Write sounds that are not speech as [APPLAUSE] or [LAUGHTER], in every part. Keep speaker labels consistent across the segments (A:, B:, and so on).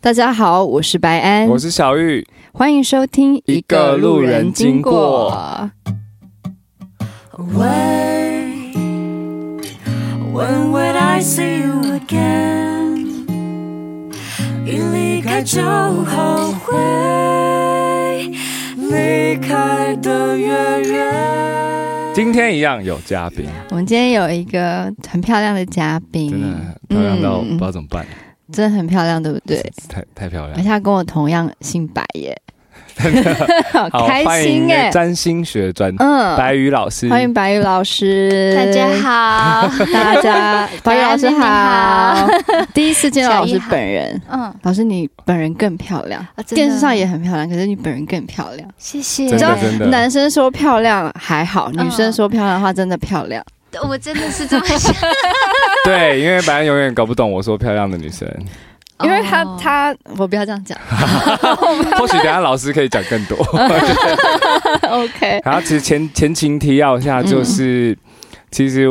A: 大家好，我是白安，
B: 我是小玉。
A: 欢迎收听《
B: 一个路人经过》。
C: away. When would I see you again? 一离开就后悔，离开的越远。
B: 今天一样有嘉宾，
A: 我们今天有一个很漂亮的嘉宾，
B: 真的漂亮到
A: 嗯
B: 我不知道怎么办，
A: 真的很漂亮，对不对？
B: 太太漂
A: 而且
B: 亮。
A: 她跟我同样姓白耶， [LAUGHS] 好
B: 好，
A: 开
B: 欢迎
A: 心哎、
B: 占星学专
A: 嗯，
B: 白宇老师，
A: 欢迎白宇老师，
D: 大家， [LAUGHS] 好，
A: 大
B: [LAUGHS]
A: 家，白宇老师好
D: 白，
A: 第一次见到老
D: 小
A: 师
D: 玉好
A: 本人，
D: 嗯，
A: 老师你本人更漂亮，
D: 啊真的
A: 电视上也很漂亮，可是你本人更漂亮。
D: 谢谢。
B: 真
A: 知道
B: 的真的
A: 男生说漂亮还好，
D: 嗯
A: 女生说漂亮的话真的漂亮。
D: 我真的是这么 [LAUGHS] 想，
B: 对，因为白安永远搞不懂我说漂亮的女
A: [LAUGHS]
B: 生，
A: 因为他
D: 哦
A: 他，我不要这样
D: [LAUGHS]
A: 讲
B: 或许等一下老师可以讲
A: [LAUGHS]
B: 更多。
A: ，OK，
B: 然后其实前前情提要一下，
A: 嗯
B: 就是、其实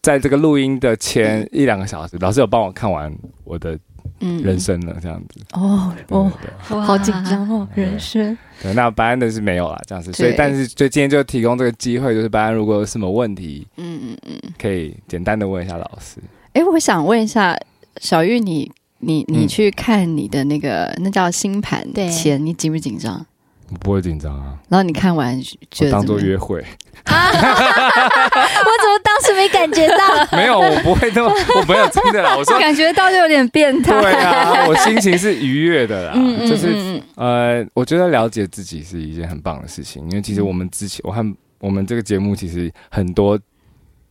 B: 在这个录音的前一两个小时，老师有帮我看完我的
A: 嗯
B: 人生了，这样子。
A: 哦
B: 对
A: 哦，
B: 对
D: 哇
A: 好紧张哦，
B: 对
A: 人生
B: 对，那白安的是没有啦，这样子。所以
A: 对，
B: 但是就今天就提供这个机会，就是白安如果有什么问题，
A: 嗯嗯嗯，
B: 可以简单的问一下老师。
A: 哎，我想问一下小玉，你你你
B: 嗯
A: 去看你的那个那叫星盘
D: 对
A: 前，你紧不紧张？
B: 我不会紧张啊，
A: 然后你看完觉
B: 我
A: 得
B: 当
A: 怎
B: 做
A: 么
B: 约
A: 样？
B: 会。 [LAUGHS]
D: 啊 [LAUGHS] 我怎么当时没感觉到？
B: 没有，我不会那么， [LAUGHS] 我没有真的啦。我 [LAUGHS]
D: [LAUGHS]
B: 说
A: 感觉到就有点变态。
B: 对啊，我心情是愉悦的啦，
A: 嗯，嗯
B: 就是
A: 嗯
B: 呃，我觉得了解自己是一件很棒的事情，因为其实我们之前，我和我们这个节目其实很多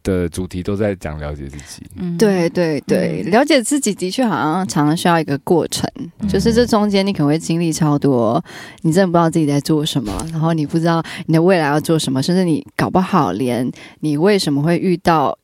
B: 的主题都在讲了解自己，
D: [LAUGHS] 嗯，
A: 对对对，
D: 嗯
A: 了解自己的确好像常常需要一个过程，就是这中间你可能会经历超多，你真的不知道自己在做什么，然后你不知道你的未来要做什么，甚至你搞不好连你为什么会遇到。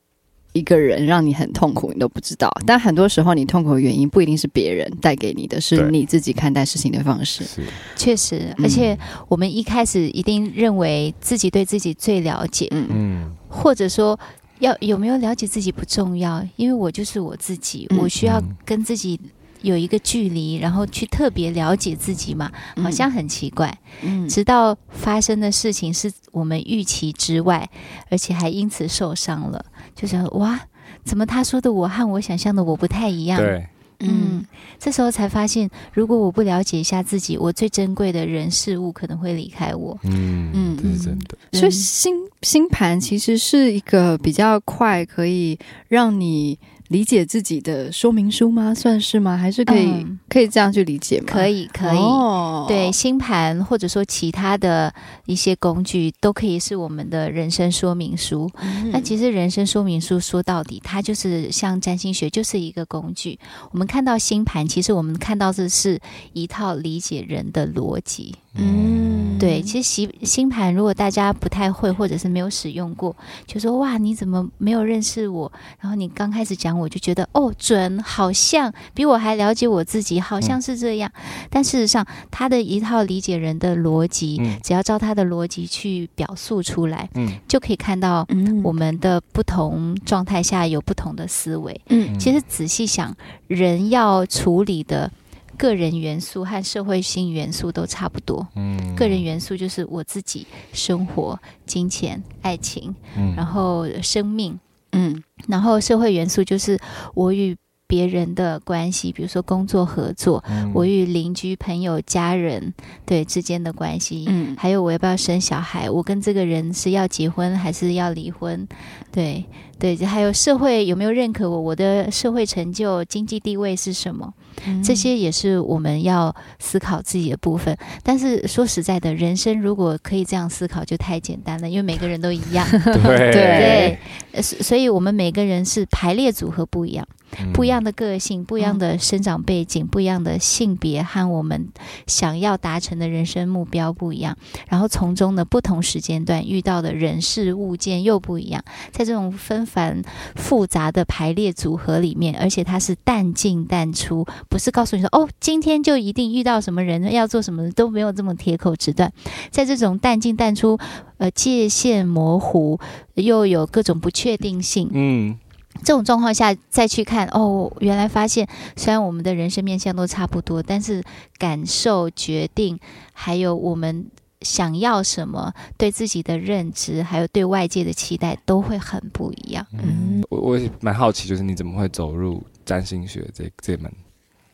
A: 一个人让你很痛苦，你都不知道。但很多时候，你痛苦的原因不一定是别人带给你的，是
B: 对
A: 你自己看待事情的方式。
B: 是
D: 确实，
A: 嗯
D: 而且我们一开始一定认为自己对自己最了解，
A: 嗯
B: 嗯，
D: 或者说。要有没有了解自己不重要，因为我就是我自己，
A: 嗯
D: 我需要
B: 嗯
D: 跟自己有一个距离，然后去特别了解自己嘛，好像很奇怪。
A: 嗯
D: 直到发生的事情是我们预期之外，而且还因此受伤了，就想哇，怎么他说的我和我想象的我不太一样？
B: 对，
D: 嗯，这时候才发现，如果我不了解一下自己，我最珍贵的人事物可能会离开我。
B: 嗯
A: 嗯
B: 嗯，这是真的，
A: 所以星星盘其实是一个比较快可以让你理解自己的说明书吗？算是吗？还是可以、
D: 嗯
A: 可以这样去理解吗？
D: 可
A: 以，
D: 以，可以。
A: 哦
D: 对，星盘或者说其他的一些工具，都可以是我们的人生说明书。
A: 嗯
D: 那其实人生说明书说到底，它就是像占星学，就是一个工具。我们看到星盘，其实我们看到的是一套理解人的逻辑。
A: 嗯
D: 对，其实星星盘如果大家不太会，或者是没有使用过，就说哇，你怎么没有认识我？然后你刚开始讲，我就觉得哦，准，好像比我还了解我自己，好像是这样。但事实上，他的一套理解人的逻辑，
B: 嗯
D: 只要照他的逻辑去表述出来，
B: 嗯，
D: 就可以看到
A: 嗯
D: 我们的不同状态下有不同的思维。
A: 嗯
D: 其实仔细想，人要处理的个人元素和社会性元素都差不多。
B: 嗯
D: 个人元素就是我自己、生活、金钱、爱情，
B: 嗯
D: 然后生命，
A: 嗯
D: 然后社会元素就是我与别人的关系，比如说工作合作，
B: 嗯
D: 我与邻居、朋友、家人对之间的关系。
A: 嗯
D: 还有我要不要生小孩？我跟这个人是要结婚还是要离婚？对对，还有社会有没有认可我？我的社会成就、经济地位是什么？
A: 嗯
D: 这些也是我们要思考自己的部分。但是说实在的，人生如果可以这样思考，就太简单了，因为每个人都一样。
B: [LAUGHS] 对
A: 对
D: 呃所所以我们每个人是排列组合不一样，
B: 嗯
D: 不一样的个性，不一样的生长背景，不一样的性别和我们想要达成的人生目标不一样。然后从中呢，不同时间段遇到的人事物件又不一样。在这种纷繁复杂的排列组合里面，而且它是淡进淡出，不是告诉你说哦，今天就一定遇到什么人要做什么，都没有这么铁口直断。在这种淡进淡出，呃，界限模糊，又有各种不确定性，
B: 嗯，
D: 这种状况下再去看，哦，原来发现虽然我们的人生面向都差不多，但是感受、决定，还有我们想要什么，对自己的认知，还有对外界的期待，都会很不一样。
A: 嗯
B: 我我也蛮好奇，就是你怎么会走入占星学这这门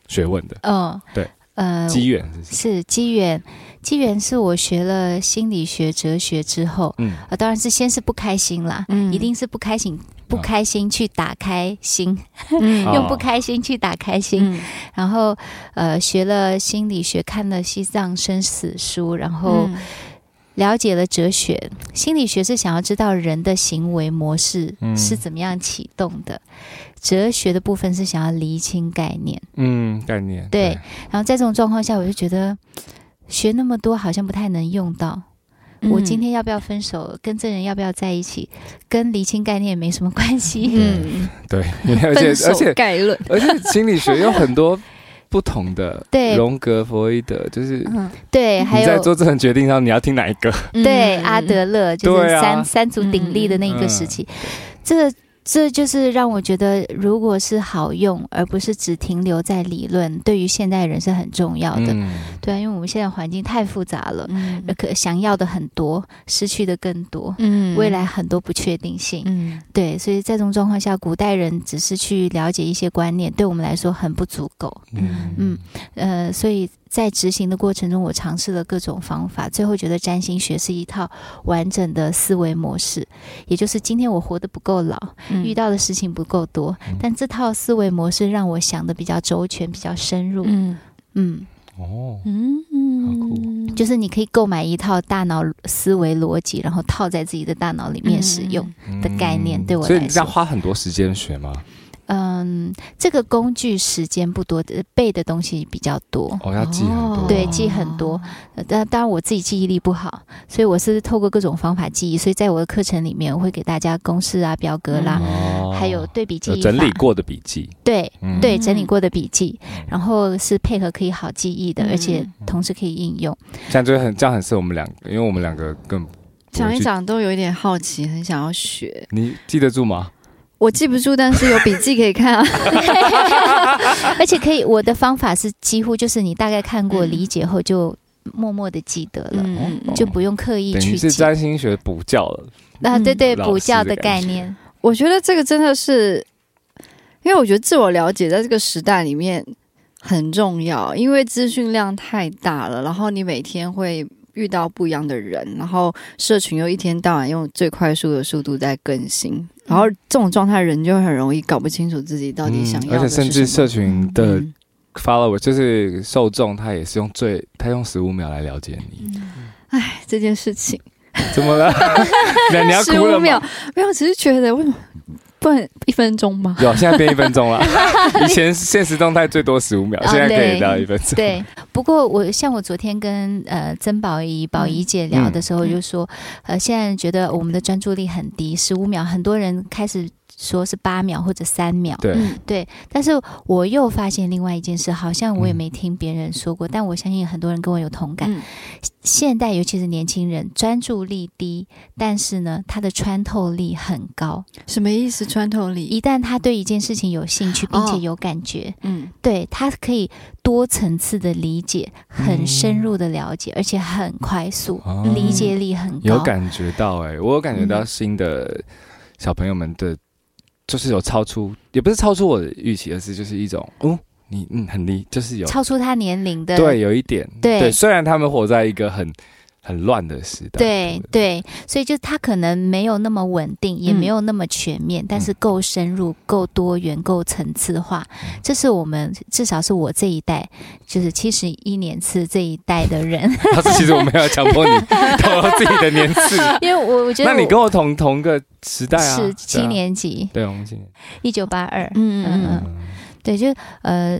B: 学问的
D: 嗯，
B: 对，
D: 呃，
B: 机缘是不是？
D: 是机缘，机缘是我学了心理学、哲学之后，
B: 嗯，
D: 呃，当然是先是不开心啦，
A: 嗯
D: 一定是不开心，不
B: 啊
D: 开心去打开心，
A: 嗯
B: 哦
D: [LAUGHS] 用不开心去打开心，
A: 嗯
D: 然后呃学了心理学，看了西藏生死书，然后
A: 嗯
D: 了解了哲学。心理学是想要知道人的行为模式
B: 嗯
D: 是怎么样启动的，哲学的部分是想要厘清概念。
B: 嗯，概念
D: 对，然后在这种状况下，我就觉得学那么多好像不太能用到。
A: 嗯
B: 嗯
D: 我今天要不要分手？跟这人要不要在一起？跟厘清概念没什么
B: [LAUGHS]
D: 关系。
A: 嗯
B: 对，
D: [LAUGHS]
B: 而且
A: 分
B: 而
A: 手
B: 且
A: 概论，
B: 而且心理学有很多不同的，
D: [LAUGHS] 对
B: 荣格、弗洛伊德，就是
A: 嗯
D: 对，还
B: 你在
D: 有
B: 做这种决定上，你要听哪一个？
D: 对
A: 嗯
D: 阿德勒，就是
B: 对啊嗯
D: 三、三足鼎立的那个时期，这这就是让我觉得，如果是好用，而不是只停留在理论，对于现代人是很重要的。
B: 嗯，
D: 对啊，因为我们现在环境太复杂了，
A: 嗯
D: 而可想要的很多，失去的更多，
A: 嗯
D: 未来很多不确定性。
A: 嗯
D: 对，所以在这种状况下，古代人只是去了解一些观念，对我们来说很不足够。
B: 嗯
D: 嗯呃，所以在执行的过程中，我尝试了各种方法，最后觉得占星学是一套完整的思维模式，也就是今天我活得不够老，
A: 嗯
D: 遇到的事情不够多，但这套思维模式让我想的比较周全，比较深入。
A: 嗯
D: 嗯，
B: 哦，
A: 嗯
B: 嗯
A: 就
D: 就是你可以购买一套大脑思维逻辑，然后套在自己的大脑里面使用。的概念对我
B: 嗯
D: 来
B: 所以你这样
D: 说
B: 花很多时间学吗？
D: 嗯，这个工具时间不多，呃背的东西比较多。
B: 哦，要记很多，
D: 对记很多，呃但当然我自己记忆力不好，所以我是透过各种方法记忆。所以在我的课程里面，我会给大家公式啊、表格啦，
B: 哦
D: 还有对比记
B: 有
D: 忆法，
B: 整理过的笔记，
D: 对
B: 嗯
D: 对
A: 嗯
D: 整理过的笔记，然后是配合可以好记忆的，
A: 嗯
D: 而且同时可以应用。
B: 这样就很这样很适合我们两个，因为我们两个更
A: 讲一
B: 讲，
A: 讲都有一点好奇，很想要学。
B: 你记得住吗？
A: 我记不住，但是有笔记可以
B: [LAUGHS]
A: 看啊。
D: 而且可以，我的方法是几乎就是你大概看过、
A: 嗯
D: 理解后就默默的记得了。
A: 嗯嗯
D: 就不用刻意
B: 等于
D: 去
B: 是
D: 记
B: 占星学补教了，
D: 啊，对对，
B: 老师
D: 补教
B: 的
D: 的
B: 感
D: 概
B: 觉
D: 念，
A: 我觉得这个真的是，因为我觉得自我了解在这个时代里面很重要，因为资讯量太大了，然后你每天会。遇到不一样的人，然后社群又一天到晚用最快速的速度在更新，
D: 嗯
A: 然后这种状态人就很容易搞不清楚自己到底想
B: 嗯
A: 要
B: 而
A: 的是
B: 且
A: 什么、
B: 甚至社群的
A: 嗯 [LAUGHS]
B: follower 就是受众，他也是用最他用十五秒来了解你，
A: 嗯这件事情，
B: 怎么
A: [LAUGHS]
B: 了？那你要
A: 十
B: 哭了
A: 五
B: 吗？
A: 秒，没有，只是觉得为什么不能一分钟吗？
B: 有，现在变一分钟了。
A: [LAUGHS]
B: 以前现实动态最多十五秒，
A: 哦
D: 啊
B: 现在可以
D: 对
B: 到一分钟。
D: 对，不过我像我昨天跟呃曾宝仪、宝仪姐聊的时候，
A: 嗯
D: 就说，呃，现在觉得我们的专注力很低，十五秒，很多人开始说是八秒或者三秒，
B: 对
A: 嗯
D: 对。但是我又发现另外一件事，好像我也
B: 嗯
D: 没听别人说过，但我相信很多人跟我有同感。
A: 嗯
D: 现代尤其是年轻人，专注力低，但是呢，他的穿透力很高。
A: 什么意思？穿透力？
D: 一旦他对一件事情有兴趣，并且
A: 哦
D: 有感觉，
A: 嗯
D: 对他可以多层次的理解，很深入的了解，而且很快速，
B: 嗯哦
D: 理解力很高。
B: 有感觉到哎、我有感觉到新的小朋友们的，就是有超出，也不是超出我的预期，而是就是一种，哦，你嗯很厉，就是有
D: 超出他年龄的。
B: 对，有一点
D: 对
B: 虽然他们活在一个很很乱的时代，
D: 对对所以就他可能没有那么稳定，也
A: 嗯
D: 没有那么全面，但
B: 嗯
D: 是够深入、够多元、够层次化，
B: 嗯
D: 这是我们至少是我这一代，就是七十一年次这一代的人， [LAUGHS]
B: [LAUGHS] 但是其实我没有强迫你透露自己的年次，
D: 因为我我觉得
B: 那你
D: 我
B: 跟我同同个时代啊，
D: 是
B: 对
D: 七
B: 啊，
D: 年级，
B: 对，我们七年，
D: 一九八二，
A: 嗯嗯嗯，
B: 嗯，
D: 对，就呃，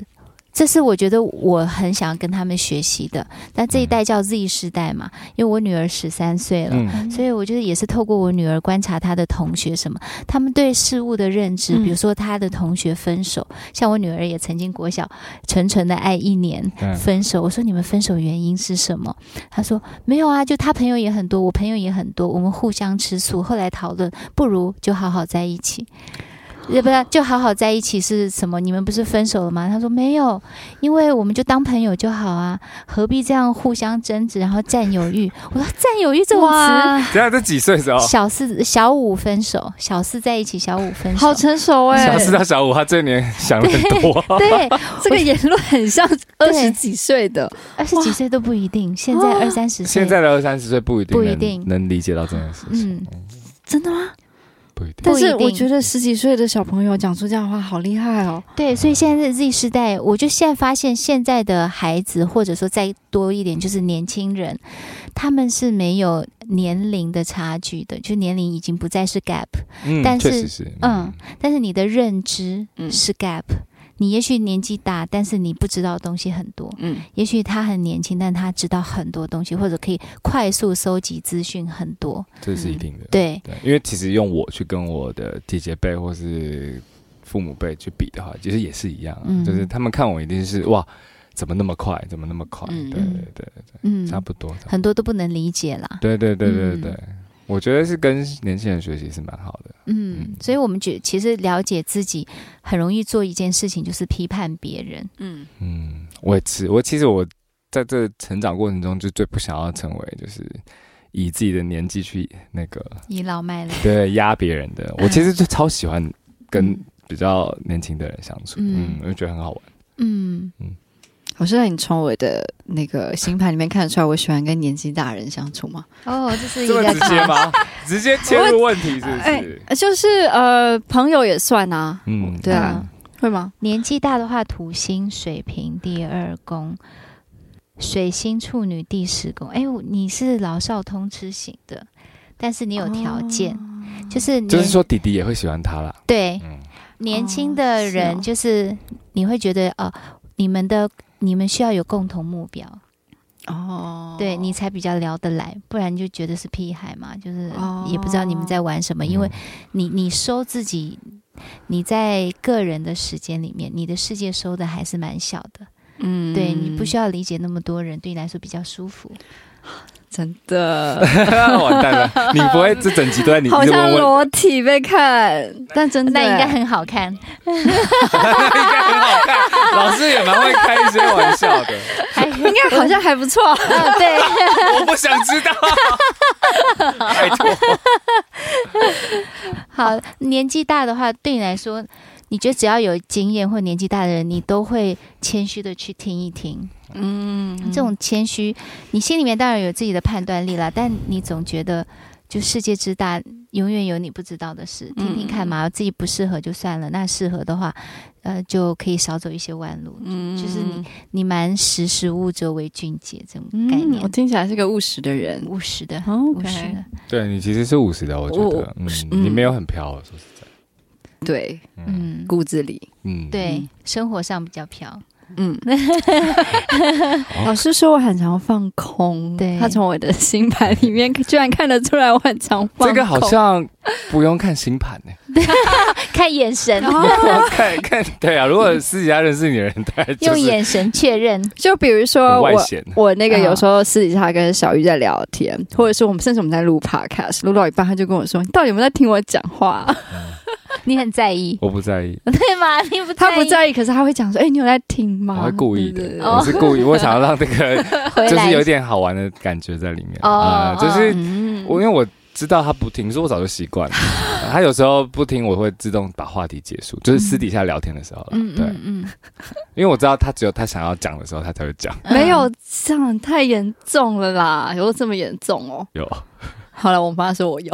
D: 这是我觉得我很想跟他们学习的。但这一
A: 嗯
D: 代叫 Z 世代嘛，因为我女儿十三岁了。
B: 嗯
D: 所以，我就是也是透过我女儿观察她的同学什么，他们对事物的认知，
A: 嗯
D: 比如说她的同学分手，像我女儿也曾经国小纯纯的爱一年
B: 嗯
D: 分手，我说你们分手原因是什么？她说没有啊，就她朋友也很多，我朋友也很多，我们互相吃醋，后来讨论不如就好好在一起。呃也不是就好好在一起是什么？你们不是分手了吗？他说没有，因为我们就当朋友就好啊，何必这样互相争执，然后占有欲？我说占有欲这种词，
A: 哇，
B: 等
D: [LAUGHS]
B: 一下啊这几岁的时候？
D: 小四小五分手，小四在一起，小五分手，
A: 好成熟哎、
B: 小四到小五，他这年想的很多。
D: 对，
A: 这个言论很 [LAUGHS] 像二十几岁的，
D: 二十几岁都不一定，现
A: 哦
D: 在二三十岁，
B: [LAUGHS] 现在的二三十岁不一定
D: 不一
B: 能
D: 定
B: 能理解到这件事情，
D: 嗯，
A: 真的吗？
B: 不一定。
A: 但是
D: 不一定
A: 我觉得十几岁的小朋友讲出这样的话，好厉害哦！
D: 对，所以现在的 Z 世代，我就现在发现，现在的孩子或者说再多一点，就是年轻人，他们是没有年龄的差距的，就年龄已经不再是 gap，
B: 嗯，
D: 但
B: 确
D: 是
B: 实是，
D: 嗯，但是你的认知
A: 嗯
D: 是 gap。你也许年纪大，但是你不知道的东西很多。
A: 嗯，
D: 也许他很年轻，但他知道很多东西，或者可以快速收集资讯很多。
B: 这是一定的。
D: 对，
B: 对，因为其实用我去跟我的姐姐辈或是父母辈去比的话，其实也是一样、啊，
D: 嗯
B: 就是他们看我一定是哇，怎么那么快，怎么那么快？
A: 嗯
B: 对对对，
D: 嗯，
B: 差不多。差不多
D: 很多都不能理解啦。
B: 对对对对
D: 嗯
B: 对，我觉得是跟年轻人学习是蛮好的。
D: 嗯
B: 嗯，
D: 所以我们觉其实了解自己很容易做一件事情，就是批判别 [LAUGHS] 人。
A: 嗯，
B: 嗯，我也是，我其实我在这成长过程中就最不想要成为就是。以自己的年纪去那个
D: 倚老卖老，
B: 对压别人的，我其实就超喜欢跟
D: 嗯
B: 比较年轻的人相处，
D: 嗯
B: 嗯，我就觉得很好玩。
D: 嗯，
A: 好像你从我的那个星盘里面看得出来，我喜欢跟年纪大人相处吗？
D: 哦，这是一
B: 这么
D: 个
B: 直接吗？直接切入问题是不是？
A: 就是呃，朋友也算啊，
B: 嗯，
A: 对啊，会吗？
D: 年纪大的话，土星水瓶第二宫，水星处女第十宫。哎，我你是老少通吃型的，但是你有条件，就是
B: 嗯
D: 年
B: 就是说弟弟也会喜欢他啦。
D: 对
B: 嗯
D: 年轻
A: 是
D: 的
A: 哦
D: 人，就是你会觉得哦，你们的你们需要有共同目标。
A: 哦，
D: 对你才比较聊得来，不然就觉得是屁孩嘛，就是
A: 哦
D: 也不知道你们在玩什么，因为
B: 嗯
D: 你你收自己，你在个人的时间里面，你的世界收的还是蛮小的，
A: 嗯
D: 对你不需要理解那么多人，对你来说比较舒服。
A: 真 [LAUGHS] 的，
B: 嗯 [LAUGHS] 完蛋了，你不会这整集都在你
A: 好
B: 这么
A: 像
B: [LAUGHS] 问，
A: 裸体被看，但真的
D: 那应该很好看，
B: 应该很好看。老师也蛮会开一些玩笑的，
D: 还
A: [LAUGHS] 应该
D: [LAUGHS]
A: 好像还不错。
D: 啊对， [LAUGHS]
B: 我不想知道。拜托，
D: 好，年纪大的话，对你来说，你觉得只要有经验或年纪大的人，你都会谦虚的去听一听。
A: 嗯，
D: 这种谦虚，你心里面当然有自己的判断力啦，但你总觉得就世界之大，永远有你不知道的事，听听看嘛。自己不适合就算了，那适合的话，呃，就可以少走一些弯路。
A: 嗯
D: 就是你你蛮识时务者为俊杰这种概念
A: 嗯我，听起来是个务实的人。
D: 务实的，务实
A: 哦 OK，
D: 的，
B: 对你其实是五十的，我觉
A: 我
B: 得，嗯，
A: 嗯
B: 你没有很飘，说实在，
A: 对，
B: 嗯
D: 嗯，
A: 骨子里。
B: 嗯，
D: 对
A: 嗯，
D: 生活上比较飘，
A: 嗯， [LAUGHS] 老师说我很常放空，
D: 对
A: 他从我的星盘里面居然看得出来我很常放空。
B: 这个好像不用看星盘呢，
D: 看眼神，
B: 看看对啊，如果私底下认识你的人，大概就
D: 用
B: 是
D: 眼神确认，
A: 就比如说
B: 很外
A: 我。
B: 显。，
A: 我那个
D: 嗯
A: 有时候私底下跟小玉在聊天，或者是我们甚至我们在录 podcast，录到一半他就跟我说：“你到底有没有在听我讲话、 [LAUGHS]
D: 你很在意
B: [LAUGHS] 我不在意，
D: 对吗？你不
A: 他不
D: 意
A: 在意，可是他会讲说：“哎、你有在听吗？”
B: 我会故意的
A: 对对，对
D: 哦
B: 我是故意，我想要让这个
D: 回
B: 就
D: 来
B: 是有点好玩的感觉在里面
D: 哦
B: 啊，就是
A: 嗯
B: 我因为我知道他不听，所以我早就习惯
D: [LAUGHS]
B: 了。他有时候不听，我会自动把话题结束，就是私底下聊天的时候了。
D: 嗯
B: 对，
D: 嗯
B: 因为我知道他只有他想要讲的时候，他才会讲。
D: 嗯，
A: 没有这样太严重了啦，有这么严重哦？
B: 有，
A: 好了，我妈说我有，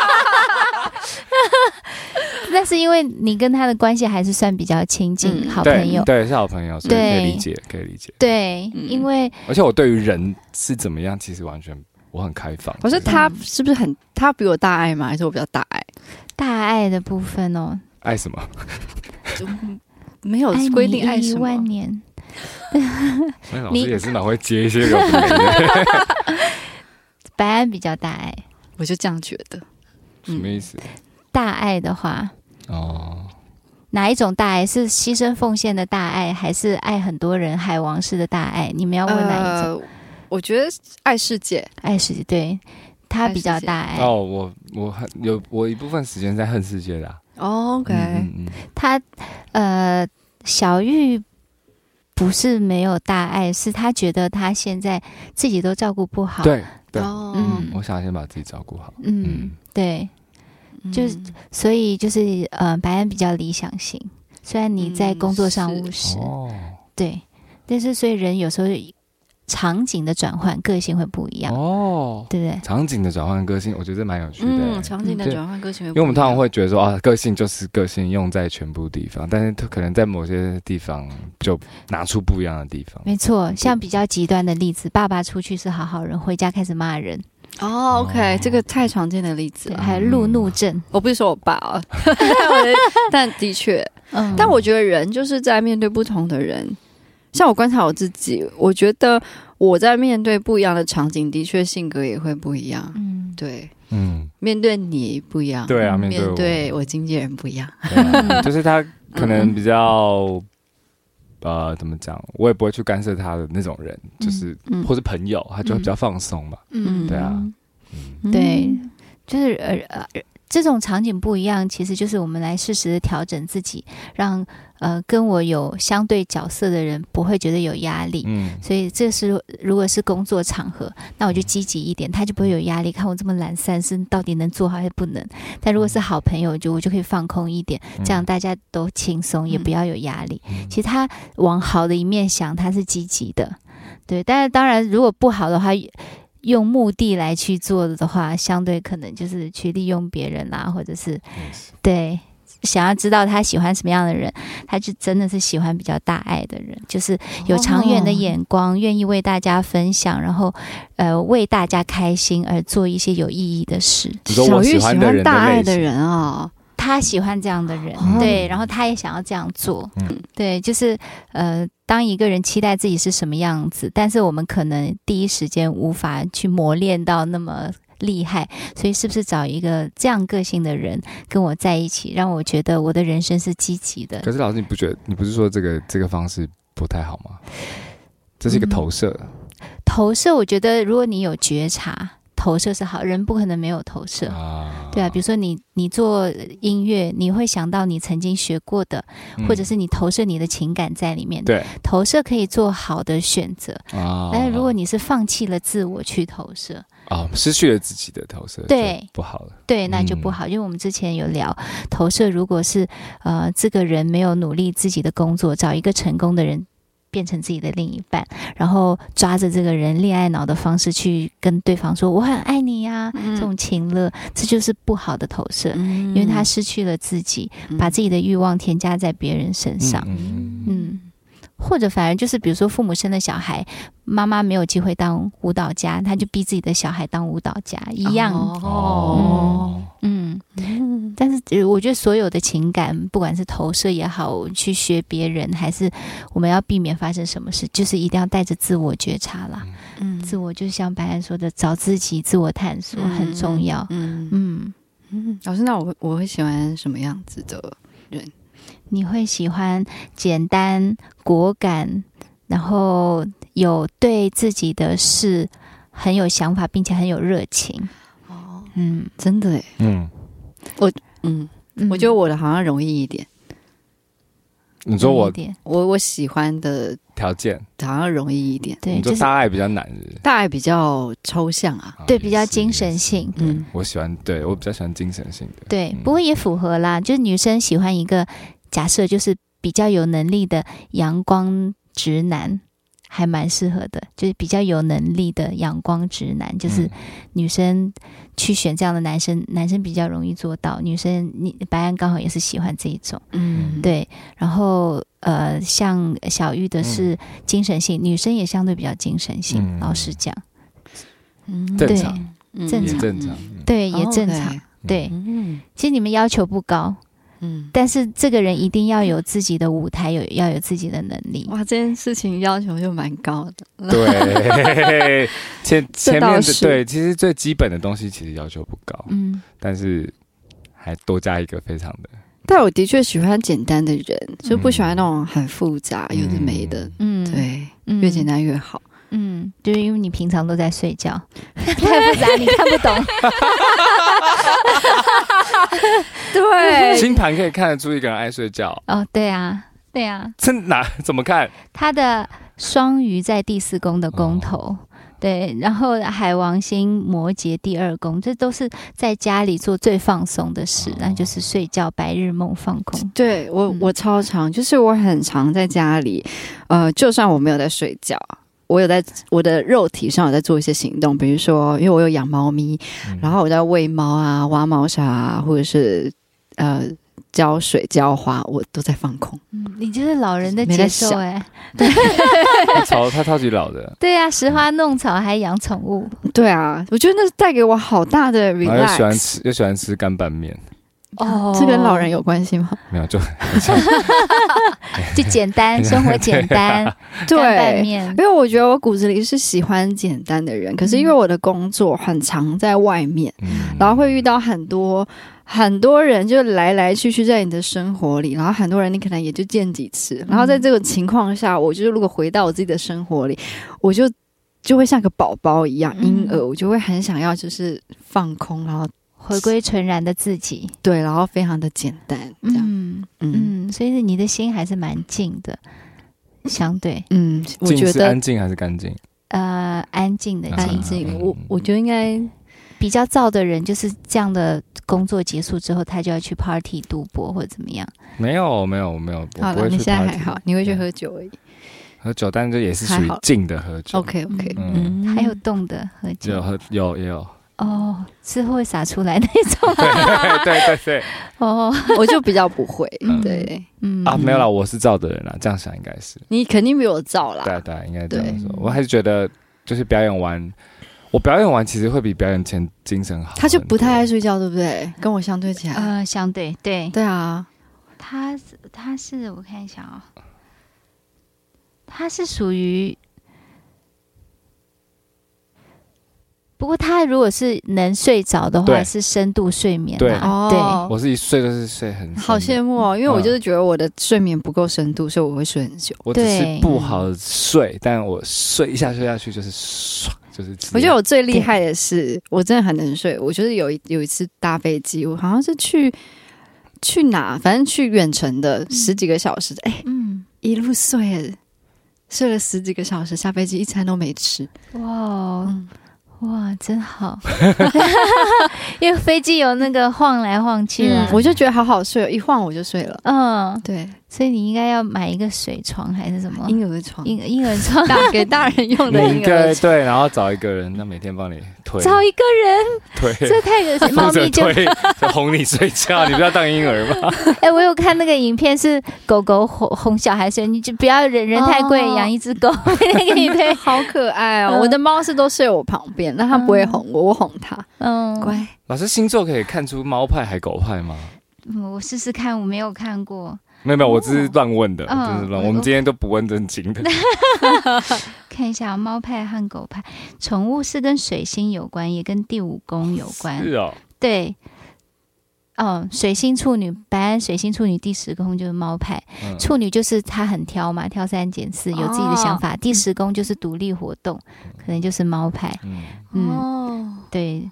D: [LAUGHS] 但是因为你跟他的关系还是算比较亲近，
A: 嗯
D: 好朋
B: 对
D: 友。
B: 对，是好朋友，所以可
D: 对
B: 以理解，可以理解。
D: 对，
A: 嗯
D: 因为
B: 而且我对于人是怎么样，其实完全我很开放。
A: [LAUGHS] 我说
B: 就是
A: 她是不是很她比我大爱吗？还是我比较大爱？
D: 大爱的部分哦，
B: 爱什
D: [LAUGHS]
B: 么？
A: 没有
D: 爱
A: 哦规定爱
D: 你一
A: 什
D: 万
A: 么，
D: 年。
B: 那哎老
D: 你
B: 师也是蛮会接一些有的没的 [LAUGHS]
D: 白安比较大爱，
A: 我就这样觉得。
B: 什么意
D: [LAUGHS]
B: 思？
D: 大爱的话，
B: 哦，
D: 哪一种大爱是牺牲奉献的大爱，还是爱很多人海王式的大爱？你们要问哪一种？
A: 呃，我觉得爱世界，
D: 爱是对，他比较大爱。
A: 哦
B: 哦，我我很有我一部分时间在恨世界的啊，
A: OK，
B: 嗯嗯嗯
D: 他呃，小玉不是没有大爱，是他觉得他现在自己都照顾不好。，
B: 对对，
A: 哦
B: 嗯，我想先把自己照顾好。
D: 嗯，对，就是
A: 嗯
D: 所以就是呃，白安比较理想型，虽然你在
A: 嗯
D: 工作上
A: 是
D: 务实，
B: 哦，
D: 对，但是所以人有时候场景的转换，个性会不一样，
B: 哦，
D: 对不对？
B: 场景的转换个性，我觉得这蛮有趣的欸。
A: 嗯，场景的转换歌曲，因
B: 因为我们通常会觉得说啊，个性就是个性，用在全部地方，但是它可能在某些地方就拿出不一样的地方。
D: 没错，像比较极端的例子，爸爸出去是好好人，回家开始骂人，
A: 哦，OK，
B: 哦
A: 这个太常见的例子
D: 对，
A: 了。
D: 还有路怒症，
A: 我不是说我爸 [LAUGHS] 啊，我的但的确，
D: 嗯，
A: 但我觉得人就是在面对不同的人，像我观察我自己，我觉得我在面对不一样的场景，的确性格也会不一样。
D: 嗯，
A: 对，
B: 嗯，
A: 面对你不一样，
B: 对啊，
D: 嗯
B: 面对
A: 面
B: 我，
A: 对我经纪人不一 [LAUGHS] 样。
B: [LAUGHS] 对啊就是他可能比
A: 嗯
B: 较呃，怎么讲，我也不会去干涉他的那种人，就是
A: 嗯
B: 或是朋友，他就会比较放松嘛。
A: 嗯
B: 对啊，
D: 对，就是呃呃，这种场景不一样，其实就是我们来适时的调整自己，让呃跟我有相对角色的人不会觉得有压力。
B: 嗯，
D: 所以这是如果是工作场合，那我就积极一点，他就不会有压力。看我这么懒散，是到底能做好还是不能？但如果是好朋友，就我就可以放空一点，这样大家都轻松，也
A: 嗯
D: 不要有压力。
B: 嗯
D: 其实他往好的一面想，他是积极的，对。但是当然，如果不好的话，用目的来去做的话，相对可能就是去利用别人啦，或者是
B: 也是
D: 对。想要知道他喜欢什么样的人，他就真的是喜欢比较大爱的人，就是有长远的眼光，愿意为大家分享，然后呃为大家开心而做一些有意义的事。
B: 你说我
A: 小玉
B: 喜
A: 喜
B: 欢的
A: 欢
B: 人的
A: 大爱
B: 类
A: 的
B: 型，
A: 人啊，
D: 他喜欢这样的人，
A: 哦
D: 对，然后他也想要这样做，
B: 嗯
D: 对，就是呃，当一个人期待自己是什么样子，但是我们可能第一时间无法去磨练到那么。厉害，所以是不是找一个这样个性的人跟我在一起，让我觉得我的人生是积极的？
B: 可是老师，你不觉得你不是说这个这个方式不太好吗？这是一个
D: 嗯
B: 投射，
D: 投射，我觉得如果你有觉察，投射是好，人不可能没有投射。
B: 啊
D: 对啊，比如说你你做音乐，你会想到你曾经学过的，
B: 嗯
D: 或者是你投射你的情感在里面。
B: 对
D: 投射可以做好的选择，
B: 啊
D: 但是哎如果你是放弃了自我去投射，
B: 啊失去了自己的投射，
D: 对，
B: 不好了，
D: 对，那就
B: 嗯
D: 不好。因为我们之前有聊投射，如果是呃这个人没有努力自己的工作，找一个成功的人。变成自己的另一半，然后抓着这个人恋爱脑的方式去跟对方说“我很爱你呀、
A: 嗯
D: 这种情乐，这就是不好的投射，
A: 因
D: 因为他失去了自己，把自己的欲望添加在别人身上。
B: 嗯嗯
D: 嗯，或者反而就是，比如说父母生的小孩，妈妈没有机会当舞蹈家，他就逼自己的小孩当舞蹈家一样。
B: 哦，
D: 嗯，但是呃我觉得所有的情感，不管是投射也好，去学别人，还是我们要避免发生什么事，就是一定要带着自我觉察啦。
A: 嗯
D: 自我就像白兰说的，找自己，自我探索很重要。
A: 嗯
D: 嗯，
A: 嗯，老师，那我会我会喜欢什么样子的？
D: 你会喜欢简单、果敢，然后有对自己的事很有想法，并且很有热情。
A: 哦，
D: 嗯，
A: 真的诶，
B: 嗯，
A: 嗯，
D: 嗯
A: 我觉得我的好像容易一点，
B: 你说
D: 有
B: 我
D: 一点
A: 我我喜欢的
B: 条件，
A: 好像容易一点，
D: 对，
B: 你
D: 就
B: 说
D: 是
B: 大爱比较难是不是
A: 大爱比较抽象啊。
B: 啊
D: 对
B: 也
D: 比较
B: 是
D: 精
B: 也
D: 神
B: 是
D: 性
B: 对
A: 嗯
B: 我喜欢，对我比较喜欢精神性的，
D: 对
B: 嗯，
D: 不过也符合啦，就是女生喜欢一个假设，就是比较有能力的阳光直男。还蛮适合的，就是比较有能力的阳光直男，就是
B: 嗯
D: 女生去选这样的男生，男生比较容易做到。女生，你白安刚好也是喜欢这一种，
A: 嗯，
D: 对。然后呃，像小玉的是精神性，女生也相对比较精神性。
B: 嗯
D: 老实讲，
A: 嗯
B: 正
D: 对
B: 常，
A: 嗯
D: 正
B: 也
D: 常
B: 正常，嗯
D: 对，也
A: 哦
D: 正常。。对，
A: 嗯
D: 其实你们要求不高，
A: 嗯，
D: 但是这个人一定要有自己的舞台，有要有自己的能力。
A: 哇，这件事情要求就蛮高的。
D: [LAUGHS]
B: 对，前
A: 这
B: 前
A: 倒
B: 面的
A: 是
B: 对，其实最基本的东西其实要求不高，
D: 嗯，
B: 但是还多加一个非常的，
A: 但我的确喜欢简单的人，就不喜欢那种很复杂、有的没的。
D: 嗯，
A: 对，
D: 嗯
A: 越简，单越好。
D: 嗯，就是因为你平
A: [LAUGHS]
D: 常 [LAUGHS] 都在睡觉，太复杂你看不懂。
A: 对，
B: 星盘可以看得出一个人爱睡觉，
D: 哦，对啊，对啊，
B: 这哪怎
A: [LAUGHS]
B: 么看？
D: 他的双鱼在第四宫的宫头。对，然后海王星、摩羯第二宫，这都是在家里做最放松的事，那就是睡觉、白日梦、放空。
A: 对我
D: 嗯
A: 我超常，就是我很常在家里，呃，就算我没有在睡觉。我有在我的肉体上有在做一些行动，比如说，因为我有养猫咪，
D: 嗯
A: 然后我在喂猫啊、挖猫砂啊，或者是呃浇水、浇花，我都在放空。
D: 嗯，你就是老人的
A: 没在
D: 节奏
A: 想
D: 哎、
B: 他超他超级老的，
D: 对啊，拾花弄草还养宠物，
A: 对啊，我觉得那带给我好大的
B: 然后又喜欢
A: relax。
B: 吃又喜欢吃干拌面，
D: 哦
A: 这跟老人有关系吗？
B: 没有就
D: 就简单，生活简单，干拌
A: 对，
D: 面 [LAUGHS]
A: 因为我觉得我骨子里是喜欢简单的人，可
D: 嗯
A: 是因为我的工作很常在外面，
B: 嗯
A: 然后会遇到很多很多人，就来来去去在你的生活里，然后很多人你可能也就见几次，然后在这个情况下，我就是如果回到我自己的生活里，我就就会像个宝宝一样
D: 嗯
A: 婴儿，我就会很想要就是放空，然后
D: 回归纯然的自己。
A: 对，然后非常的简单这样，
D: 嗯
A: 嗯
D: 嗯，所以你的心还是蛮静的，相对
A: 嗯，我
B: 静
A: 觉
B: 是
A: 得
B: 安啊静还是干净？
D: 呃安静的
B: 安
A: 安
D: 静。
A: 静，我
B: 嗯
A: 我觉得应该
D: 比较燥的人就是这样的，工作结束之后他就要去 party 赌博或者怎么样。
B: 没有没有没有，我
A: 好
B: 不
A: 了，
B: 会
A: 你
B: 去
A: 现在还
B: party
A: 好，你会去喝酒而已。
B: 喝酒，但这也是属
A: 还
B: 于
A: 好
B: 静的喝酒。
A: OK OK， [LAUGHS]
B: 嗯，
D: 还有动的喝
B: 就有
D: 酒
B: 喝有也有，
D: 哦，是会洒出来那种
B: 对对对对
D: 哦，
A: 我就比较不会 [LAUGHS]
D: 嗯。
A: 对
D: 嗯
B: 啊，没有啦，我是照的人啊啦，这样想应该是，
A: 你肯定比我燥
B: 对
A: 啦。
B: 啊对啊，应该这样说。
D: 对
B: 我还是觉得就是表演完，我表演完其实会比表演前精神好很多。
A: 他就不太爱睡觉，对不对？嗯跟我相对起来，
D: 呃，相对对，
A: 对啊，
D: 他是他是我看一下啊、他是属于，不过他如果是能睡着的话，
B: 对
D: 是深度睡眠啊
B: 对
D: 啦，
A: 哦
B: 我是一睡就是睡很深的
A: 好羡慕哦，因为我
B: 嗯
A: 就是觉得我的睡眠不够深度，所以我会睡很久。
B: 我只是
D: 对
B: 不好睡，但我睡一下睡下去就是爽，就是直接。
A: 我觉得我最厉害的是，我真的很能睡。我就是有一有一次搭飞机，我好像是去去哪，反正去远程的十几个小时，哎、
D: 嗯，
A: 一路睡，睡了十几个小时，下飞机一餐都没吃。
D: 哇哦
A: 嗯
D: 哇，
A: [LAUGHS]
D: 真好， [LAUGHS] 因为飞机有那个晃来晃去啦
A: 嗯，，我就觉得好好睡哦，一晃我就睡了。
D: 嗯，
A: 对，
D: 所以你应该要买一个水床还是什么
A: 婴儿床， [LAUGHS]
D: 婴婴儿床，
A: 大给大人用的
B: 你
A: 婴
B: 应
A: 儿
B: 该
A: 床，
B: 对，然后找一个人，那每天帮你推
D: 找一个人，
B: 推，
D: 这太恶心，猫
B: 负责
D: 咪就
B: 推，就哄你睡觉，你不要当婴儿吗？
D: [LAUGHS] 哎、我有看那个影片，是狗狗哄哄小孩睡，你就不要人人太贵，
A: 哦
D: 养、一只
A: [LAUGHS]
D: 狗 [LAUGHS] 每天给你推，
A: 好可爱哦！
D: 嗯
A: 我的猫是都睡我旁边，但它不会哄我，我哄它，
D: 嗯，
A: 乖。
B: [LAUGHS] 老师，星座可以看出猫派还狗派吗？
D: 嗯，我试试看，我没有看过，
B: 没有没有，我只是乱问的，
D: 嗯
B: 就是
A: 哦
B: 乱。我们今天都不问正经
A: [LAUGHS]
B: 的。
D: 看一下猫派和狗派，宠物是跟水星有关，也跟第五宫有关
B: 是，哦，
D: 对。嗯，水星处女，白安水星处女第十宫就是猫派，
B: 嗯
D: 处女就是她很挑嘛，挑三拣四，有自
A: 哦
D: 己的想法。
A: 嗯
D: 第十宫就是独立活动，可能就是猫派。
B: 嗯，
D: 嗯，
A: 哦，
D: 对，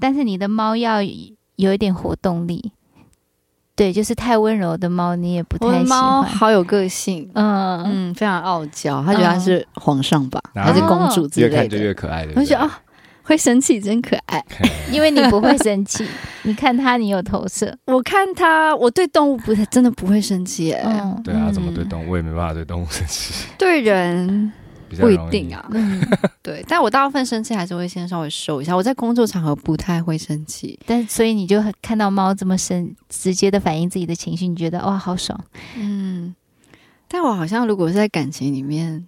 D: 但是你的猫要有一点活动力。对，就是太温柔的猫，你也不
A: 我
D: 太
A: 的
D: 喜
A: 猫
D: 欢。
A: 好有个性，
D: 嗯，
A: 嗯，非常傲娇，它觉得它是皇上吧，
B: 嗯
A: 还是公主 [LAUGHS] 之
B: 越
A: 类
B: 看就
A: 的，
B: 越可爱的。
A: 我就觉得
B: 对不对
A: 啊，会生气真可爱。
D: 因为你不
A: [LAUGHS]
D: 会生气，你看它，你有投射。
A: 我看它，我对动物不太真的不会生气耶，
D: 嗯，
B: 对啊，
D: 嗯
B: 怎么对？动物？我也没办法对动物生气，
A: 对人
B: 比较
A: 不一
B: 容易
A: 定。啊。
D: 嗯，
A: 对，但我大部分生气还是会先稍微收一下。我在工作场合不太会生气，
D: 但是所以你就很看到猫这么生，直接的反映自己的情绪，你觉得哇，好爽。
A: 嗯，但我好像如果是在感情里面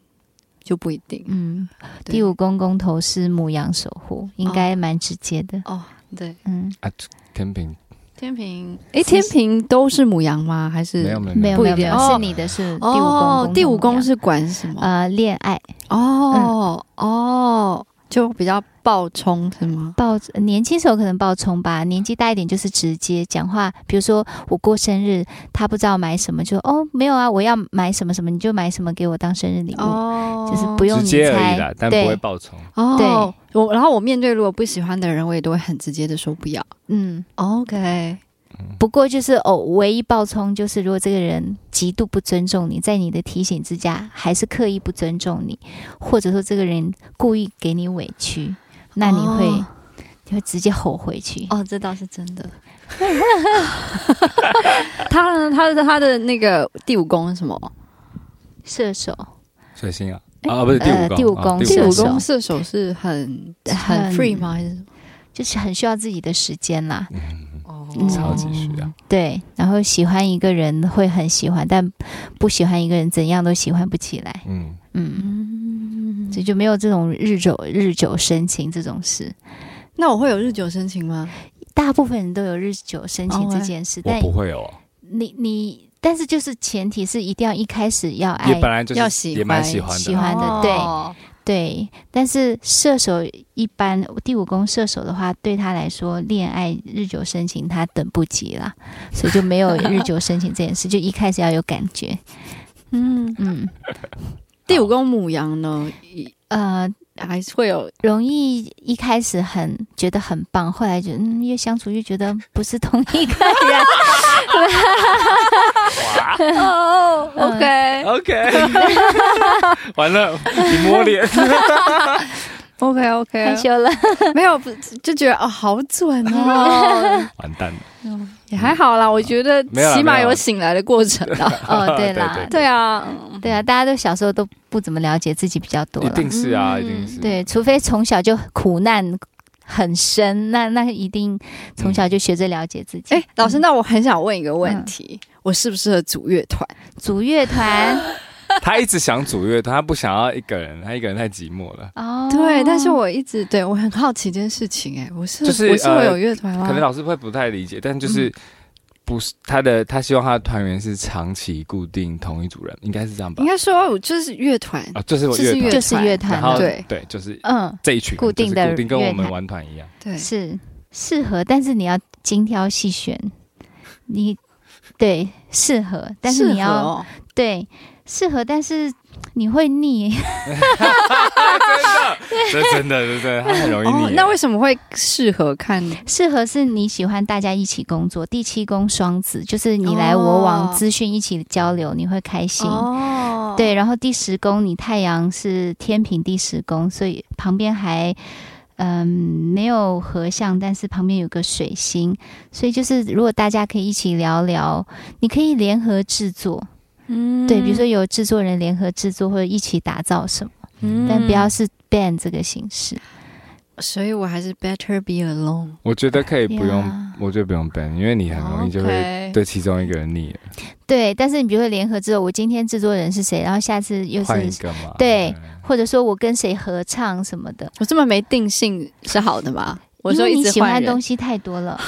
A: 就不一定。
D: 嗯，
A: 对
D: 第五宫宫头是母羊守护，应
A: 哦
D: 该蛮直接的。
A: 哦，对，
D: 嗯，
B: 天平
A: 天平，诶，天平都是母羊吗？还是
B: 没有没有
D: 没有
A: 不
D: 没
A: 一
D: 有没
A: 定
D: 有，
A: 哦
D: 是你的是第五宫
A: 哦
D: 宫，
A: 第
D: 头
A: 五
D: 母
A: 宫
D: 羊
A: 是管什么？
D: 呃恋爱。
A: 哦哦，就比较暴冲是吗？
D: 爆年轻时候可能爆冲吧，年纪大一点就是直接讲话。比如说我过生日，他不知道买什么，就哦没有啊，我要买什么什么，你就买什么给我当生日礼物，
A: 哦
D: 就是不用
B: 直
D: 你
B: 接而已
D: 猜
B: 啦，，但不会
D: 对
B: 爆冲。
A: 哦，我然后我面对如果不喜欢的人，我也都会很直接的说不要。
D: 嗯，
A: OK，
D: 不过就是哦，唯一爆冲就是，如果这个人极度不尊重你，在你的提醒之下，还是刻意不尊重你，或者说这个人故意给你委屈，那你会、
A: 哦
D: 你会直接吼回去。
A: 哦，这倒是真 [LAUGHS] 的。他呢？他的他的那个第五宫是什么？
D: 射手
B: 水星啊啊不是第
D: 呃
B: 五宫，
D: 第五宫
B: 啊
A: 哎第五
D: 射手
A: 宫射手是很
D: 很
A: 很 free 吗？还是什么
D: 就是很需要自己的时间啦，
B: 嗯
A: 哦
B: 超级需要。
D: 对。然后喜欢一个人会很喜欢，但不喜欢一个人怎样都喜欢不起来。
B: 嗯，
D: 嗯，
A: 嗯，
D: 所以就没有这种日久日久生情这种事。
A: 那我会有日久生情吗？
D: 大部分人都有日久生情
A: 哦
D: 这
A: 哎
D: 件事，
B: 我
D: 但
B: 不会哦，
D: 你你，但是就是前提是一定要一开始要
B: 也
D: 爱
B: 本来就是
A: 哎要喜欢
B: 也蛮喜欢的，
D: 喜欢的对
A: 哦
D: 对，但是射手一般第五宫射手的话，对他来说恋爱日久生情他等不及啦，所以就没有日久生情这件事， [LAUGHS] 就一开始要有感觉。
A: 嗯，
D: 嗯，
A: 第五宫母羊呢，
D: 呃，
A: 还是会有
D: 容易一开始很觉得很棒，后来就嗯越相处越觉得不是同一个人。
A: 哦，OK
D: 嗯
B: [LAUGHS] OK，完了，你摸脸，
A: OK OK，
D: 害羞了，
A: 没有，不就觉得哦，好准
D: [LAUGHS]
A: 哦，
B: [LAUGHS] 完蛋了。
A: 也还好啦。我觉得
B: 嗯没有啦
A: 起码
B: 没有啦
A: 有醒来的过程啦。
D: 哦， [LAUGHS] 对啦，
B: 对对
A: 对啊，嗯
D: 对啊，大家都小时候都不怎么了解自己比较多
B: 一
D: 了，
B: 定是啊，
A: 嗯
B: 一定是。
D: 对，除非从小就苦难很深，那那一定从小就学着了解自己。
A: 哎，老师，那我很想问一个问题：
D: 嗯
A: 我适不适合组乐团？
D: 组乐团
B: 他一直想组乐，他不想要一个人，他一个人太寂寞了。
D: 哦，
A: [LAUGHS] 对，但是我一直对我很好奇这件事情。哎，我是
B: 就
A: 我
B: 是
A: 是会
B: 呃
A: 有乐团吗？
B: 可能老师会不太理解，但
A: 嗯
B: 就是不是他的，他希望他的团员是长期固定同一组人，应该是这样吧
A: 应？该说，我就是乐团。
B: 啊，就是我
A: 就
B: 乐
A: 是乐
B: 团，
D: 就是乐团
B: 然后
D: 的，
A: 对
B: 对，就是
D: 嗯，
B: 这一群人
D: 固定的
B: 就是固定跟我
D: 乐
B: 们
D: 团
B: 玩团一样。
A: 对，
D: 是适合，但是你要精挑细选，你对适合，但是
A: 适
D: 你
A: 合
D: 要
A: 哦
D: 对适合，但是你会腻。 [LAUGHS]
B: 这真的，这真的，他很容易
A: 哦
B: 腻。，
A: 那为什么会适合看？
D: 适合是你喜欢大家一起工作，第七宫双子就是你来我往，
A: 哦
D: 资讯一起交流，你会开心。
A: 哦
D: 对，，然后第十宫你太阳是天平第十宫，所以旁边还嗯没有合相，但是旁边有个水星，所以就是如果大家可以一起聊聊，你可以联合制作，
A: 嗯
D: 对，比如说有制作人联合制作或者一起打造什么，
A: 嗯
D: 但不要是 band 这个形式。
A: 所以我还是 better be alone。
B: 我觉得可以不用
D: Yeah，
B: 我觉得不用 ban，因为你很容易就会
A: 哦 OK
B: 对其中一个人腻了，
D: 对，但是你比如说联合制作，我今天制作人是谁，然后下次又
B: 换一
D: 是
B: 个嘛。
D: 对或者说我跟谁合唱什么的，
A: 我这么没定性是好的吗？我
D: 因
A: 说
D: 为
A: 一
D: 你
A: 直
D: 喜
A: 换
D: 欢的东
A: 人，
D: 西太
A: [LAUGHS]
D: 多了。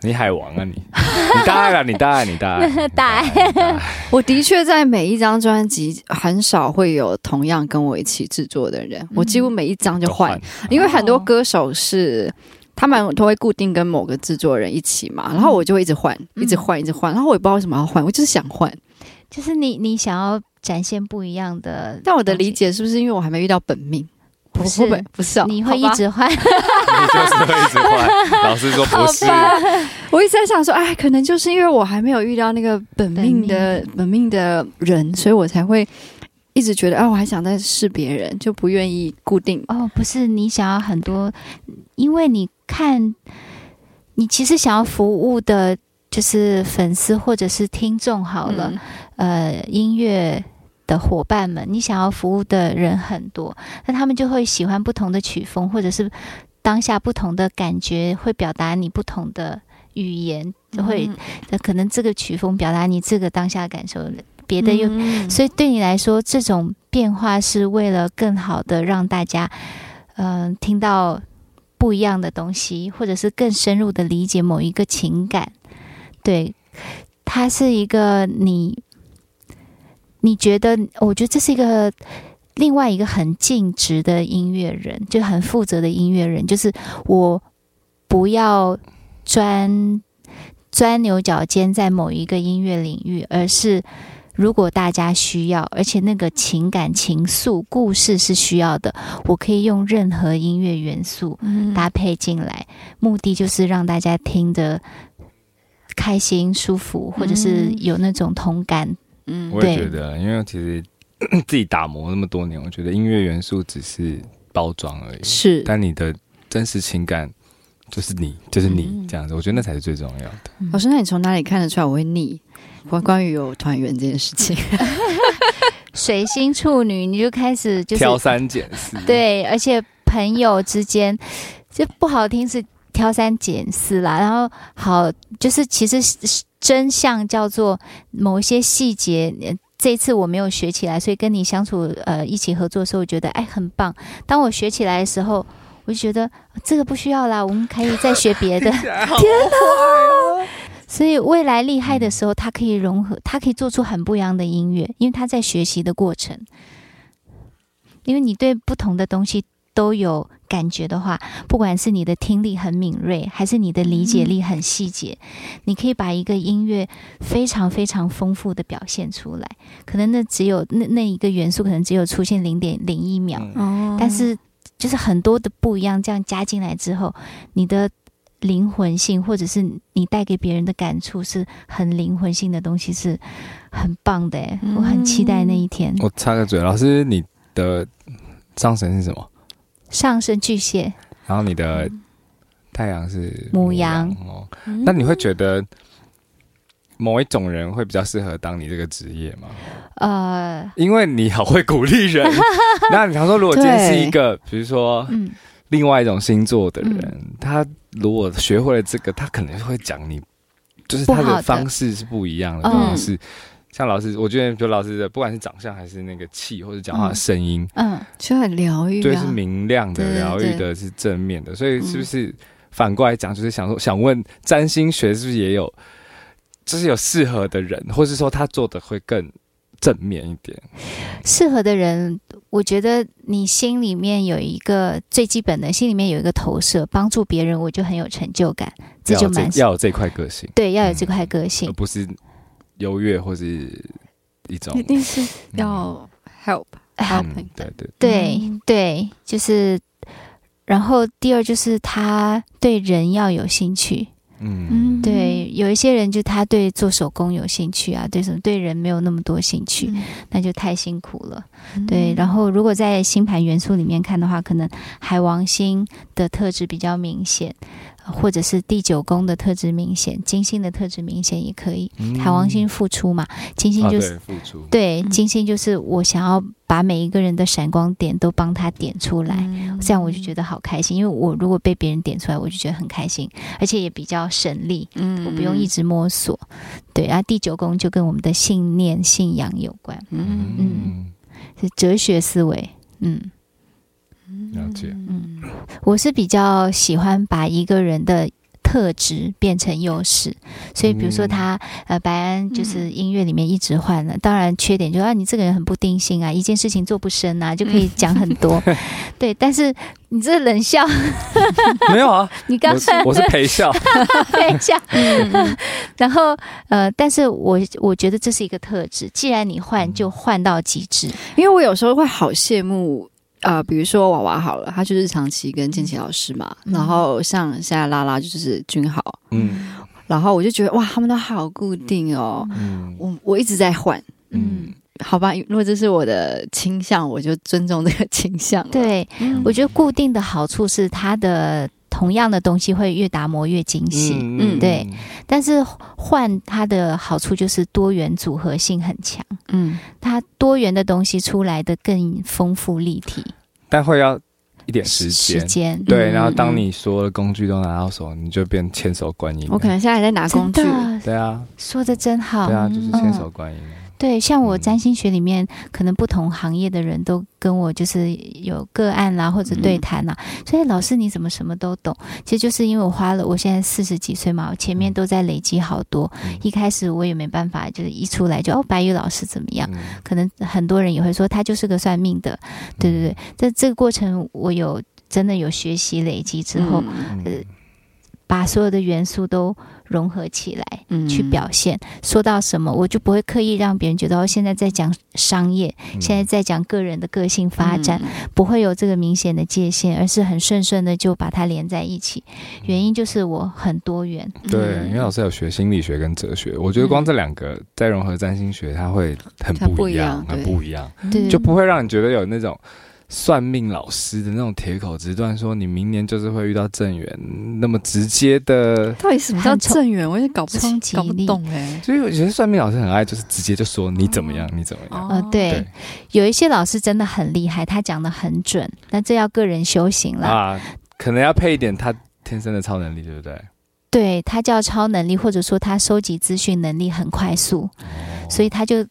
B: 你海王啊你， [LAUGHS] 你大爱了，你大爱，你大爱，
D: [LAUGHS]
B: 你
D: 大爱
B: 爱你大爱。
A: 我的确在每一张专辑很少会有同样跟我一起制作的
D: 嗯
A: 人，我几乎每一张就换，，因为很多歌手是。他们都会固定跟某个制作人一起
D: 嗯
A: 嘛，然后我就会一直换，一直换，一直换，然后我也不知道为什么要换，我就是想换。
D: 就是你你想要展现不一样的，
A: 但我的理解是不是因为我还没遇到本命？
D: 不是
A: 我会会不是哦，
D: 你会
A: 好
D: 一
A: 吧 [LAUGHS]
D: 直换，
B: 你就是会一直换。老师说不是，
A: 我一直在想说，哎，可能就是因为我还没有遇到那个本命的本命的人，所以我才会一直觉得，啊，我还想再试别人，就不愿意固定。
D: 哦，不是你想要很多，因为你看，你其实想要服务的就是粉丝或者是听众好了，
A: 嗯
D: 呃，音乐。的伙伴们，你想要服务的人很多，那他们就会喜欢不同的曲风，或者是当下不同的感觉，会表达你不同的语言，
A: 嗯，
D: 会呃可能这个曲风表达你这个当下的感受，
A: 别
D: 别的又
A: 嗯
D: 所以对你来说，这种变化是为了更好的让大家，嗯、听到不一样的东西，或者是更深入的理解某一个情感。对，它是一个你，你觉得，我觉得这是一个。另外一个很尽职的音乐人，就很负责的音乐人，就是我不要钻钻牛角尖在某一个音乐领域，而是如果大家需要，而且那个情感情愫、故事是需要的，我可以用任何音乐元素
A: 嗯
D: 搭配进来，目的就是让大家听得开心、舒服，或者是
A: 嗯
D: 有那种同感。
A: 嗯
B: 我也
D: 对
B: 觉得，因为其实 [CLEARS THROAT] 自己打磨那么多年，我觉得音乐元素只是包装而已，
A: 是
B: 但你的真实情感就是你，就是你、
A: 嗯
B: 这样子，我觉得那才是最重要的。
A: 老师，那你从哪里看得出来我会腻？关关于有团圆这件事
D: [LAUGHS]
A: 情，
D: 水星处女，你就开始就是
B: 挑三拣四，，
D: 对，而且朋友之间，就不好听是挑三拣四啦，然后好就是其实是是真相叫做某一些细节。呃这一次我没有学起来，所以跟你相处，呃，一起合作的时候，我觉得哎很棒。当我学起来的时候，我就觉得呃这个不需要啦，我们可以再学别的。 [LAUGHS] 所以未来厉害的时候，他可以融合，他可以做出很不一样的音乐，因为他在学习的过程。因为你对不同的东西都有感觉的话，不管是你的听力很敏锐，还是你的理解力很细节，你可以把一个音乐非常非常丰富的表现出来。可能那只有那那一个元素，可能只有出现零点零一秒，
B: 嗯
A: 哦
D: 但是就是很多的不一样，这样加进来之后，你的灵魂性或者是你带给别人的感触是很灵魂性的东西，是很棒的诶、
A: 嗯
D: 我很期待那一天。
B: 我插个嘴，老师，你的上神是什么？
D: 上升巨蟹，
B: 然后你的太阳是
D: 嗯母羊嗯
B: 哦，那你会觉得某一种人会比较适合当你这个职业吗？
D: 呃，
B: 因为你好会鼓励
D: [LAUGHS]
B: 人。那你常说，如果今天是一个，比如说
D: 嗯，
B: 另外一种星座的人，他如果学会了这个，他可能会讲你，就是他
D: 不好
B: 的
D: 的
B: 方式是不一样的
D: 嗯
B: 方式。像老师，我觉得，比如老师的，不管是长相还是那个气，或者讲话的声音，
D: 嗯，
A: 就很疗愈、啊，
B: 对，是明亮的、
A: 对对
B: 疗愈的，是正面的。所以是不
D: 嗯
B: 是反过来讲，就是想说，想问占星学是不是也有，就是有适合的人，或是说他做的会更正面一点？
D: 适合的人，我觉得你心里面有一个最基本的，心里面有一个投射，帮助别人，我就很有成就感，这
B: 要
D: 就
B: 有这
D: 蛮
B: 要有这块个性，
D: 对，要有这块个性
B: 而。不是优越或是一种
A: 一定是要 help
B: 嗯
A: helping
B: 对对
D: 对、
A: 嗯
D: 对，就是，然后第二就是他对人要有兴趣。
B: 嗯
D: 对，有一些人就他对做手工有兴趣啊，对什么对人没有那么多兴
A: 嗯
D: 趣，那就太辛苦了。对，然后如果在星盘元素里面看的话，可能海王星的特质比较明显，呃或者是第九宫的特质明显，金星的特质明显也可以。
B: 嗯
D: 海王星付出嘛，金星
B: 啊
D: 就是、
B: 对付出，
D: 对
A: 嗯
D: 金星就是我想要把每一个人的闪光点都帮他点出来。
A: 嗯
D: 这样我就觉得好开心，因为我如果被别人点出来，我就觉得很开心，而且也比较省力，
A: 得，嗯
D: 我不用一，直摸索。对，然后第九宫就跟我们的信念、信仰有关，
A: 嗯
B: 嗯，
D: 是哲学思维。嗯，
B: 了解，
A: 嗯
D: 我是比较喜欢把一个人的特质变成优势，所以比如说
B: 嗯
D: 他、呃，白安就是音乐里面一直换了，当然缺点就是啊，你这个人很不定性啊，一件事情做不深啊，就可以讲很
B: [LAUGHS]
D: 多。对，但是你这冷笑， [LAUGHS]
B: 没有啊，
D: 你刚
B: 我是
D: 才
B: 我是陪
D: [LAUGHS]
B: 笑，
D: 等一下，然后呃，但是我我觉得这是一个特质，既然你换，就换到极致。
A: 因为我有时候会好羡慕。呃，比如说娃娃好了，他就是长期跟建奇老师嘛，
D: 嗯
A: 然后像现在拉拉就是君豪，
B: 嗯
A: 然后我就觉得哇，他们都好固定哦，
B: 嗯
A: 我我一直在换，
B: 嗯，
A: 好吧，如果这是我的倾向，我就尊重这个倾向了。
D: 对，
B: 嗯
D: 我觉得固定的好处是它的同样的东西会越打磨越精细，
A: 嗯
D: 对，但是换它的好处就是多元组合性很强，
A: 嗯，
D: 它多元的东西出来的更丰富立体。
B: 但会要一点时
D: 时
B: 间。
D: 间
B: 对，
A: 嗯
B: 然后当
A: 嗯
B: 你所有的工具都拿到手，你就变千手观音了。
A: 我可能现在还在拿工具
D: 真，的
B: 对啊，
D: 说的真好。
B: 对啊，就是千
D: 嗯
B: 手观音。
D: 对，像我
B: 嗯
D: 占星学里面，可能不同行业的人都跟我就是有个案啦，或者
B: 嗯
D: 对谈啦。所以老师你怎么什么都懂？其实就是因为我花了，我现在四十几岁嘛，我前面都在累积好多。
B: 嗯
D: 一开始我也没办法，就是一出来就哦，白宇老师怎么样？
B: 嗯
D: 可能很多人也会说他就是个算命的，
A: 嗯
D: 对对对。这这个过程我有真的有学习累积之后，
A: 嗯
B: 嗯
D: 呃把所有的元素都融合起来
A: 嗯
D: 去表现。说到什么，我就不会刻意让别人觉得哦，现在在讲商业，
A: 嗯
B: 嗯
D: 现在在讲个人的个性发展，不会有这个明显的界限，而是很顺顺的就把它连在一起。原因就是我很多元，
A: 嗯
B: 对，因为老师有学心理学跟哲学，我觉得
D: 嗯
B: 光这两个再融合占星学，它会很
A: 它不
B: 不
A: 一
B: 一
A: 样
B: 样，很
A: 对
B: 不一样，
A: 嗯
D: 对，
B: 就不会让你觉得有那种算命老师的那种铁口直断，说你明年就是会遇到正缘，那么直接的。
A: 到底什么叫
D: 很冲
A: 正缘？我也搞不
D: 冲
A: 清
D: 击
A: 搞不
D: 力
A: 懂哎。
B: 所以有些算命老师很爱，就是直接就说你怎么样，你怎么样。
D: 呃
A: 哦，
D: 对
B: 对，
D: 有一些老师真的很厉害，他讲的很准，那这要个人修行啦。
B: 啊，可能要配一点他天生的超能力，对不对？
D: 对他叫超能力，或者说他收集资讯能力很快
B: 哦
D: 速，所以他就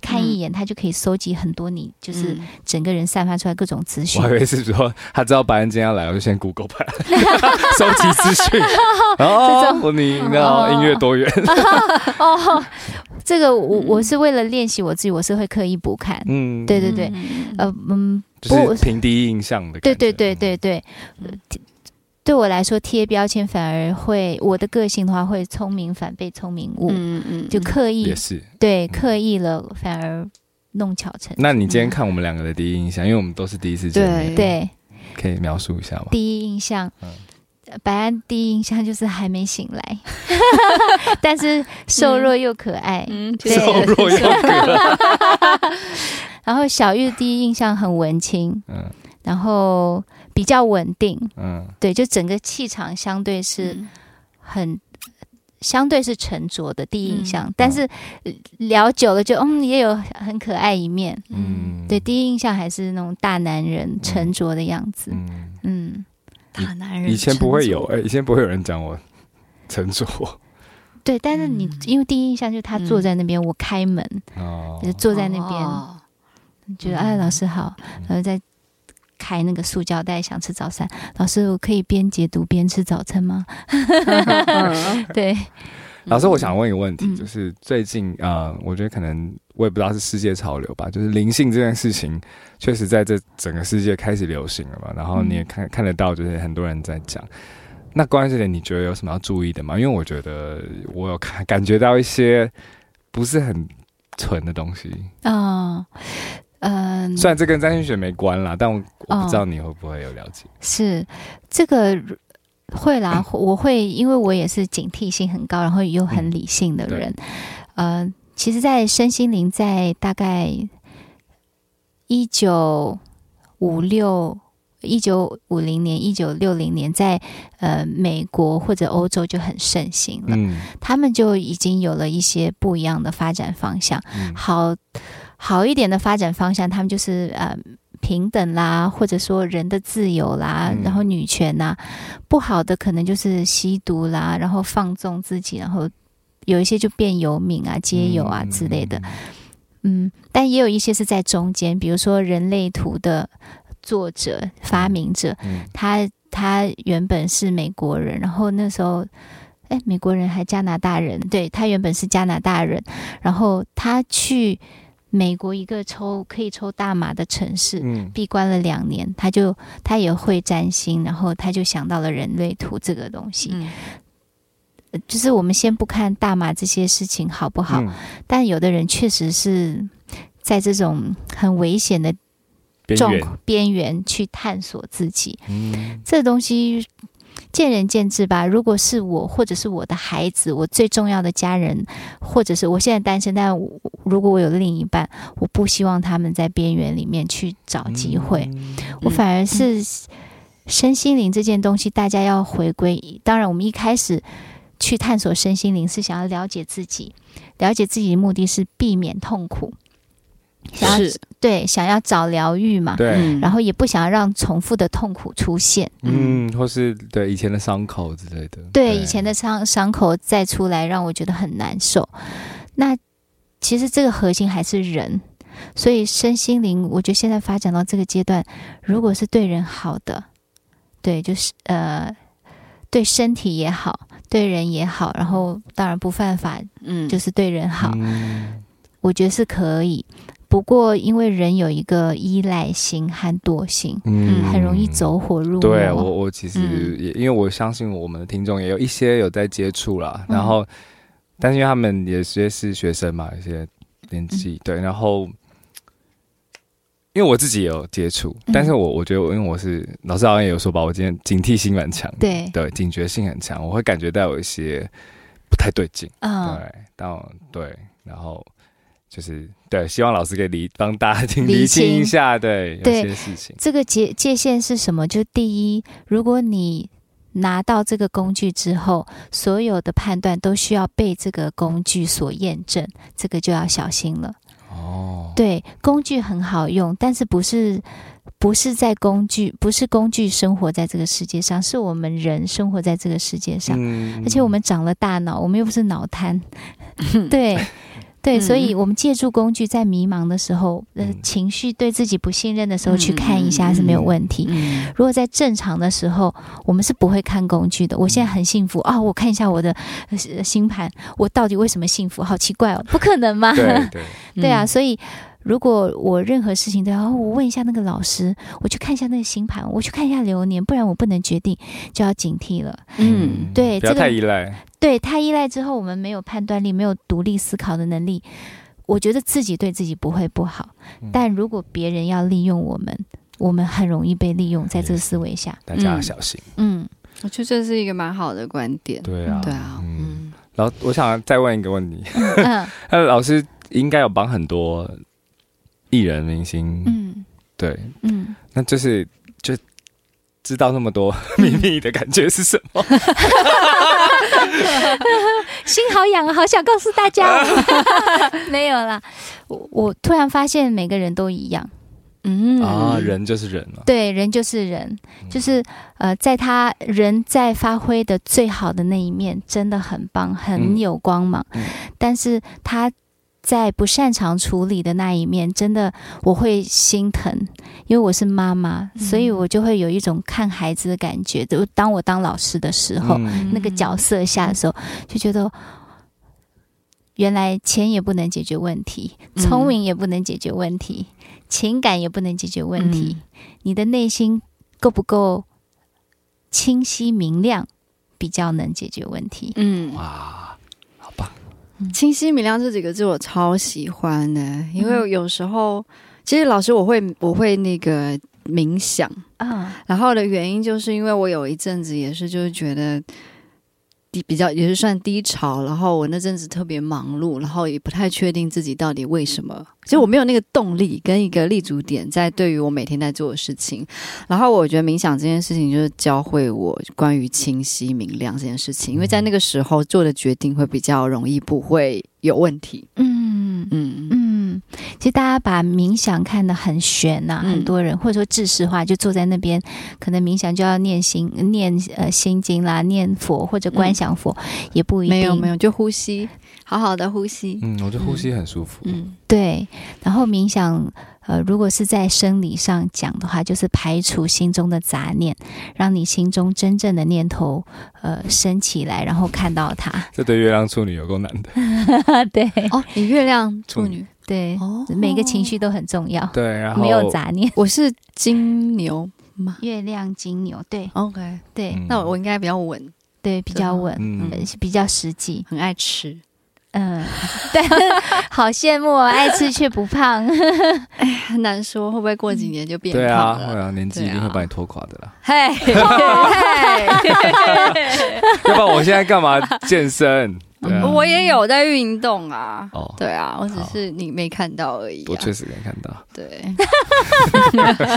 D: 看一眼，他就可以收集很多你就是
A: 嗯
D: 整个人散发出来各种资讯
B: 哦我还。以为是说他知道白恩今天要来，我就先 Google 白恩收集资
D: [LAUGHS]
B: 讯。哦，我你你知道音乐多元？
D: 哦， [LAUGHS] 这个
A: 嗯
D: 我我是为了练习我自己，我是会刻意不看。
B: 嗯，
D: 对对对，呃嗯，
B: 就
D: 不
B: 是凭第一印象的感觉。
D: 对对对对对，呃
A: 嗯
D: 贴对我来说贴标签反而会我的个性的话会聪明反被聪明误，
A: 嗯嗯
D: 就刻
B: 嗯，嗯
D: 意
B: 也是。
D: 对刻意了反而弄巧成拙。
B: 那你今天看我们两个的第一印象，因为我们都是第一次见
A: 对
B: 面，
D: 对。
B: 可以描述一下吗？
D: 第一印象
B: 嗯，
D: 呃白安第一印象就是还没醒
B: [LAUGHS]
D: 来， [LAUGHS] 但是瘦弱又可爱。
A: 嗯，
B: [LAUGHS]
D: 对
B: 瘦弱又可爱，
D: [LAUGHS] 然后小玉第一印象很文青，
B: 嗯
D: 然后比较稳定，
B: 嗯
D: 对，就整个气场相对是
A: 嗯
D: 很。相对是沉着的第一印
B: 嗯
D: 象，但是呃聊久了就嗯，也有很可爱一面。
B: 嗯，
D: 对，，第一印象还是那种大男人沉着的样子。
B: 嗯，
D: 嗯，
A: 大男人
B: 以前不会有，
A: 沉着
B: 哎，以前不会有人讲我沉着
D: 对。但是你、
A: 嗯
D: 因为第一印象就是他坐在那边，我开门，
B: 哦
D: 就，坐在那边，
A: 哦
D: 觉
A: 嗯
D: 得哎，老师好，然后再开那个塑胶袋，想吃早餐。老师，我可以边解读边吃早餐吗？ [LAUGHS]
A: 嗯
D: 对，
B: 老师，我想问一个问题，
D: 嗯
B: 就是最近呃，我觉得可能我也不知道是世界潮流吧，就是灵性这件事情，确实在这整个世界开始流行了嘛。然后你
D: 嗯
B: 也看看得到，就是很多人在讲。那关于这点，你觉得有什么要注意的吗？因为我觉得我有看感觉到一些不是很纯的东西，
D: 哦，嗯、
B: 虽然这跟占星学没关啦，但我我不知
D: 哦
B: 道你会不会有了解。
D: 是这个会啦，我会，因为我也是警惕性很高，然后又很理性的人。呃，其实，在身心灵在大概一九五六。一九五零年、一九六零年，在呃美国或者欧洲就很盛行了。
B: 嗯
D: 他们就已经有了一些不一样的发展方向。
B: 嗯
D: 好好一点的发展方向，他们就是呃平等啦，或者说人的自由啦，
B: 嗯
D: 然后女权呐。不好的可能就是吸毒啦，然后放纵自己，然后有一些就变游民啊、街友啊之类的。，嗯，但也有一些是在中间，比如说人类图的作者、发明者，
B: 嗯
D: 他他原本是美国人，然后那时候，哎，美国人还加拿大人，对他原本是加拿大人，然后他去美国一个抽可以抽大麻的城市。
B: 嗯
D: 闭关了两年，他就他也会占星，然后他就想到了人类图这个东西。
A: 嗯
D: 呃就是我们先不看大麻这些事情好不好，
B: 嗯
D: 但有的人确实是在这种很危险的
B: 边
D: 状
B: 缘，
D: 边缘去探索自己。
B: 嗯
D: 这东西见仁见智吧。如果是我，或者是我的孩子，我最重要的家人，或者是我现在单身，但我如果我有另一半，我不希望他们在边缘里面去找机会。
B: 嗯
D: 我反而是身心灵这件东西，大家要回归。当然，我们一开始去探索身心灵，是想要了解自己，了解自己的目的是避免痛苦，想要
A: 是，
D: 对，想要找疗愈嘛。
B: 对，
D: 然后也不想要让重复的痛苦出现。
B: 嗯，或是对以前的伤口之类的，
D: 对以前的伤伤口再出来，让我觉得很难受。那其实这个核心还是人，所以身心灵，我觉得现在发展到这个阶段，如果是对人好的，对，就是呃，对身体也好，对人也好，然后当然不犯法，
A: 嗯
D: 就是对人好，
B: 嗯
D: 我觉得是可以。不过因为人有一个依赖性和惰性，
B: 嗯
D: 很容易走火入魔。
B: 对我，我其实
D: 嗯
B: 也、因为我相信我们的听众也有一些有在接触啦，
D: 嗯
B: 然后，但是因为他们也些是学生嘛，有些年纪、
D: 嗯
B: 对，然后，因为我自己也有接触，
D: 嗯
B: 但是我我觉得我因为我是老师好像也有说吧，我今天警惕性蛮强，
D: 对，
B: 对，警觉性很强，我会感觉到有一些不太对劲，
D: 嗯，
B: 对，但我对，然后。就是对，希望老师可以理帮大家听
D: 理
B: 理清一
D: 清
B: 下，对有
D: 对
B: 些事情，
D: 这个界界限是什么？就第一，如果你拿到这个工具之后，所有的判断都需要被这个工具所验证，这个就要小心了。
B: 哦，
D: 对，工具很好用，但是不是不是在工具，不是工具生活在这个世界上，是我们人生活在这个世界上。
B: 嗯
D: 而且我们长了大脑，我们又不是脑
A: [LAUGHS]
D: 瘫，对。
A: 嗯
D: 对，所以我们借助工具，在迷茫的时候，呃
B: 嗯，
D: 情绪对自己不信任的时候，去
A: 嗯
D: 看一下是没有问题。
A: 嗯
D: 如果在正常的时候，我们是不会看工具的。我现在很幸福啊、我看一下我的呃星盘，我到底为什么幸福？好奇怪哦，不可能嘛？
B: 对对，
D: [LAUGHS] 对
A: 嗯
D: 啊，，所以如果我任何事情都要、哦我问一下那个老师，我去看一下那个星盘，我去看一下流年，不然我不能决定，就要警惕了。
A: 嗯
D: 对
B: 不要
D: 这个
B: 太依赖，
D: 对，太依赖之后，我们没有判断力，没有独立思考的能力。我觉得自己对自己不会不好，
B: 嗯
D: 但如果别人要利用我们，我们很容易被利用在这个思维下。
B: 大家要小心。
D: 嗯，
A: 我觉得这是一个蛮好的观点。
B: 对
D: 啊
A: 对啊，
B: 嗯。
A: 嗯，
B: 然后我想再问一个问题， [LAUGHS]
D: 嗯
B: 那老师应该有帮很多艺人明 [LAUGHS] 星，
D: 嗯
B: 对，
D: 嗯，
B: 那就是就知道那么多秘密的感觉是什么？
D: 心好痒啊，好想告诉大家哦， [LAUGHS] 没有啦。我我突然发现每个人都一样，
A: 嗯
B: 啊，人就是人嘛，
D: 对，人就是人，
B: 嗯
D: 就是呃，在他人在发挥的最好的那一面，真的很棒，很
B: 嗯
D: 有光芒。
B: 嗯
D: 但是他在不擅长处理的那一面，真的我会心疼，因为我是妈妈，所以我就会有一种看孩子的感觉。就当我当老师的时候，
B: 嗯
D: 那个角色下的时候，就觉得原来钱也不能解决问题，
A: 嗯
D: 聪明也不能解决问题，情感也不能解决
A: 嗯
D: 问题。你的内心够不够清晰明亮，比较能解决问题。
A: 嗯，
B: 哇，好棒，
A: 清晰明亮这几个字我超喜欢的，因
D: 嗯
A: 为有时候其实老师我会我会那个冥想，
D: 啊，
A: 然后的原因就是因为我有一阵子也是就是觉得。低比较也是算低潮，然后我那阵子特别忙碌，然后也不太确定自己到底为什么，就我没有那个动力跟一个立足点在对于我每天在做的事情。然后我觉得冥想这件事情就是教会我关于清晰明亮这件事情，因为在那个时候做的决定会比较容易不会有问题。
D: 嗯。
A: 嗯
D: 嗯，其实大家把冥想看得很玄呐、
A: 嗯
D: 很多人或者说知识化，就坐在那边，可能冥想就要念心念呃心经啦，念佛或者观想佛，也不一
A: 嗯
D: 定。
A: 没有没有，就呼吸，好好的呼吸。
B: 嗯，我觉得呼吸很舒服，
A: 嗯
D: 对，然后冥想，呃，如果是在生理上讲的话，就是排除心中的杂念，让你心中真正的念头，呃，升起来，然后看到它。
B: 这对月亮处女有够难的，
D: 对
A: 哦，你月亮处女
D: 对，
A: 哦
D: 每个情绪都很重要，
B: 对，然后
D: 没有杂念。
A: 我是金牛吗
D: 月亮金牛，对
A: ？OK，
D: 对、
B: 嗯
A: 那我我应该比较稳，
D: 对，比较稳，
B: 嗯
D: 呃比较实际。
A: 很爱吃。
D: 嗯， [LAUGHS] 对，好羡慕哦，爱吃却不胖。
A: 很难说会不会过几年就变
B: 对啊，
A: 胖
B: 会
A: 了？
B: 啊，年纪一
A: 对啊
B: 定会把你拖垮的啦。 [LAUGHS]
A: 嘿，嘿
B: 要不然我现在干嘛健身？对啊，
A: 啊嗯我也有在运动啊。
B: 哦，
A: 对啊，我只是你没看到而已、
B: 我
A: 啊。
B: 确实没看到，
A: 对，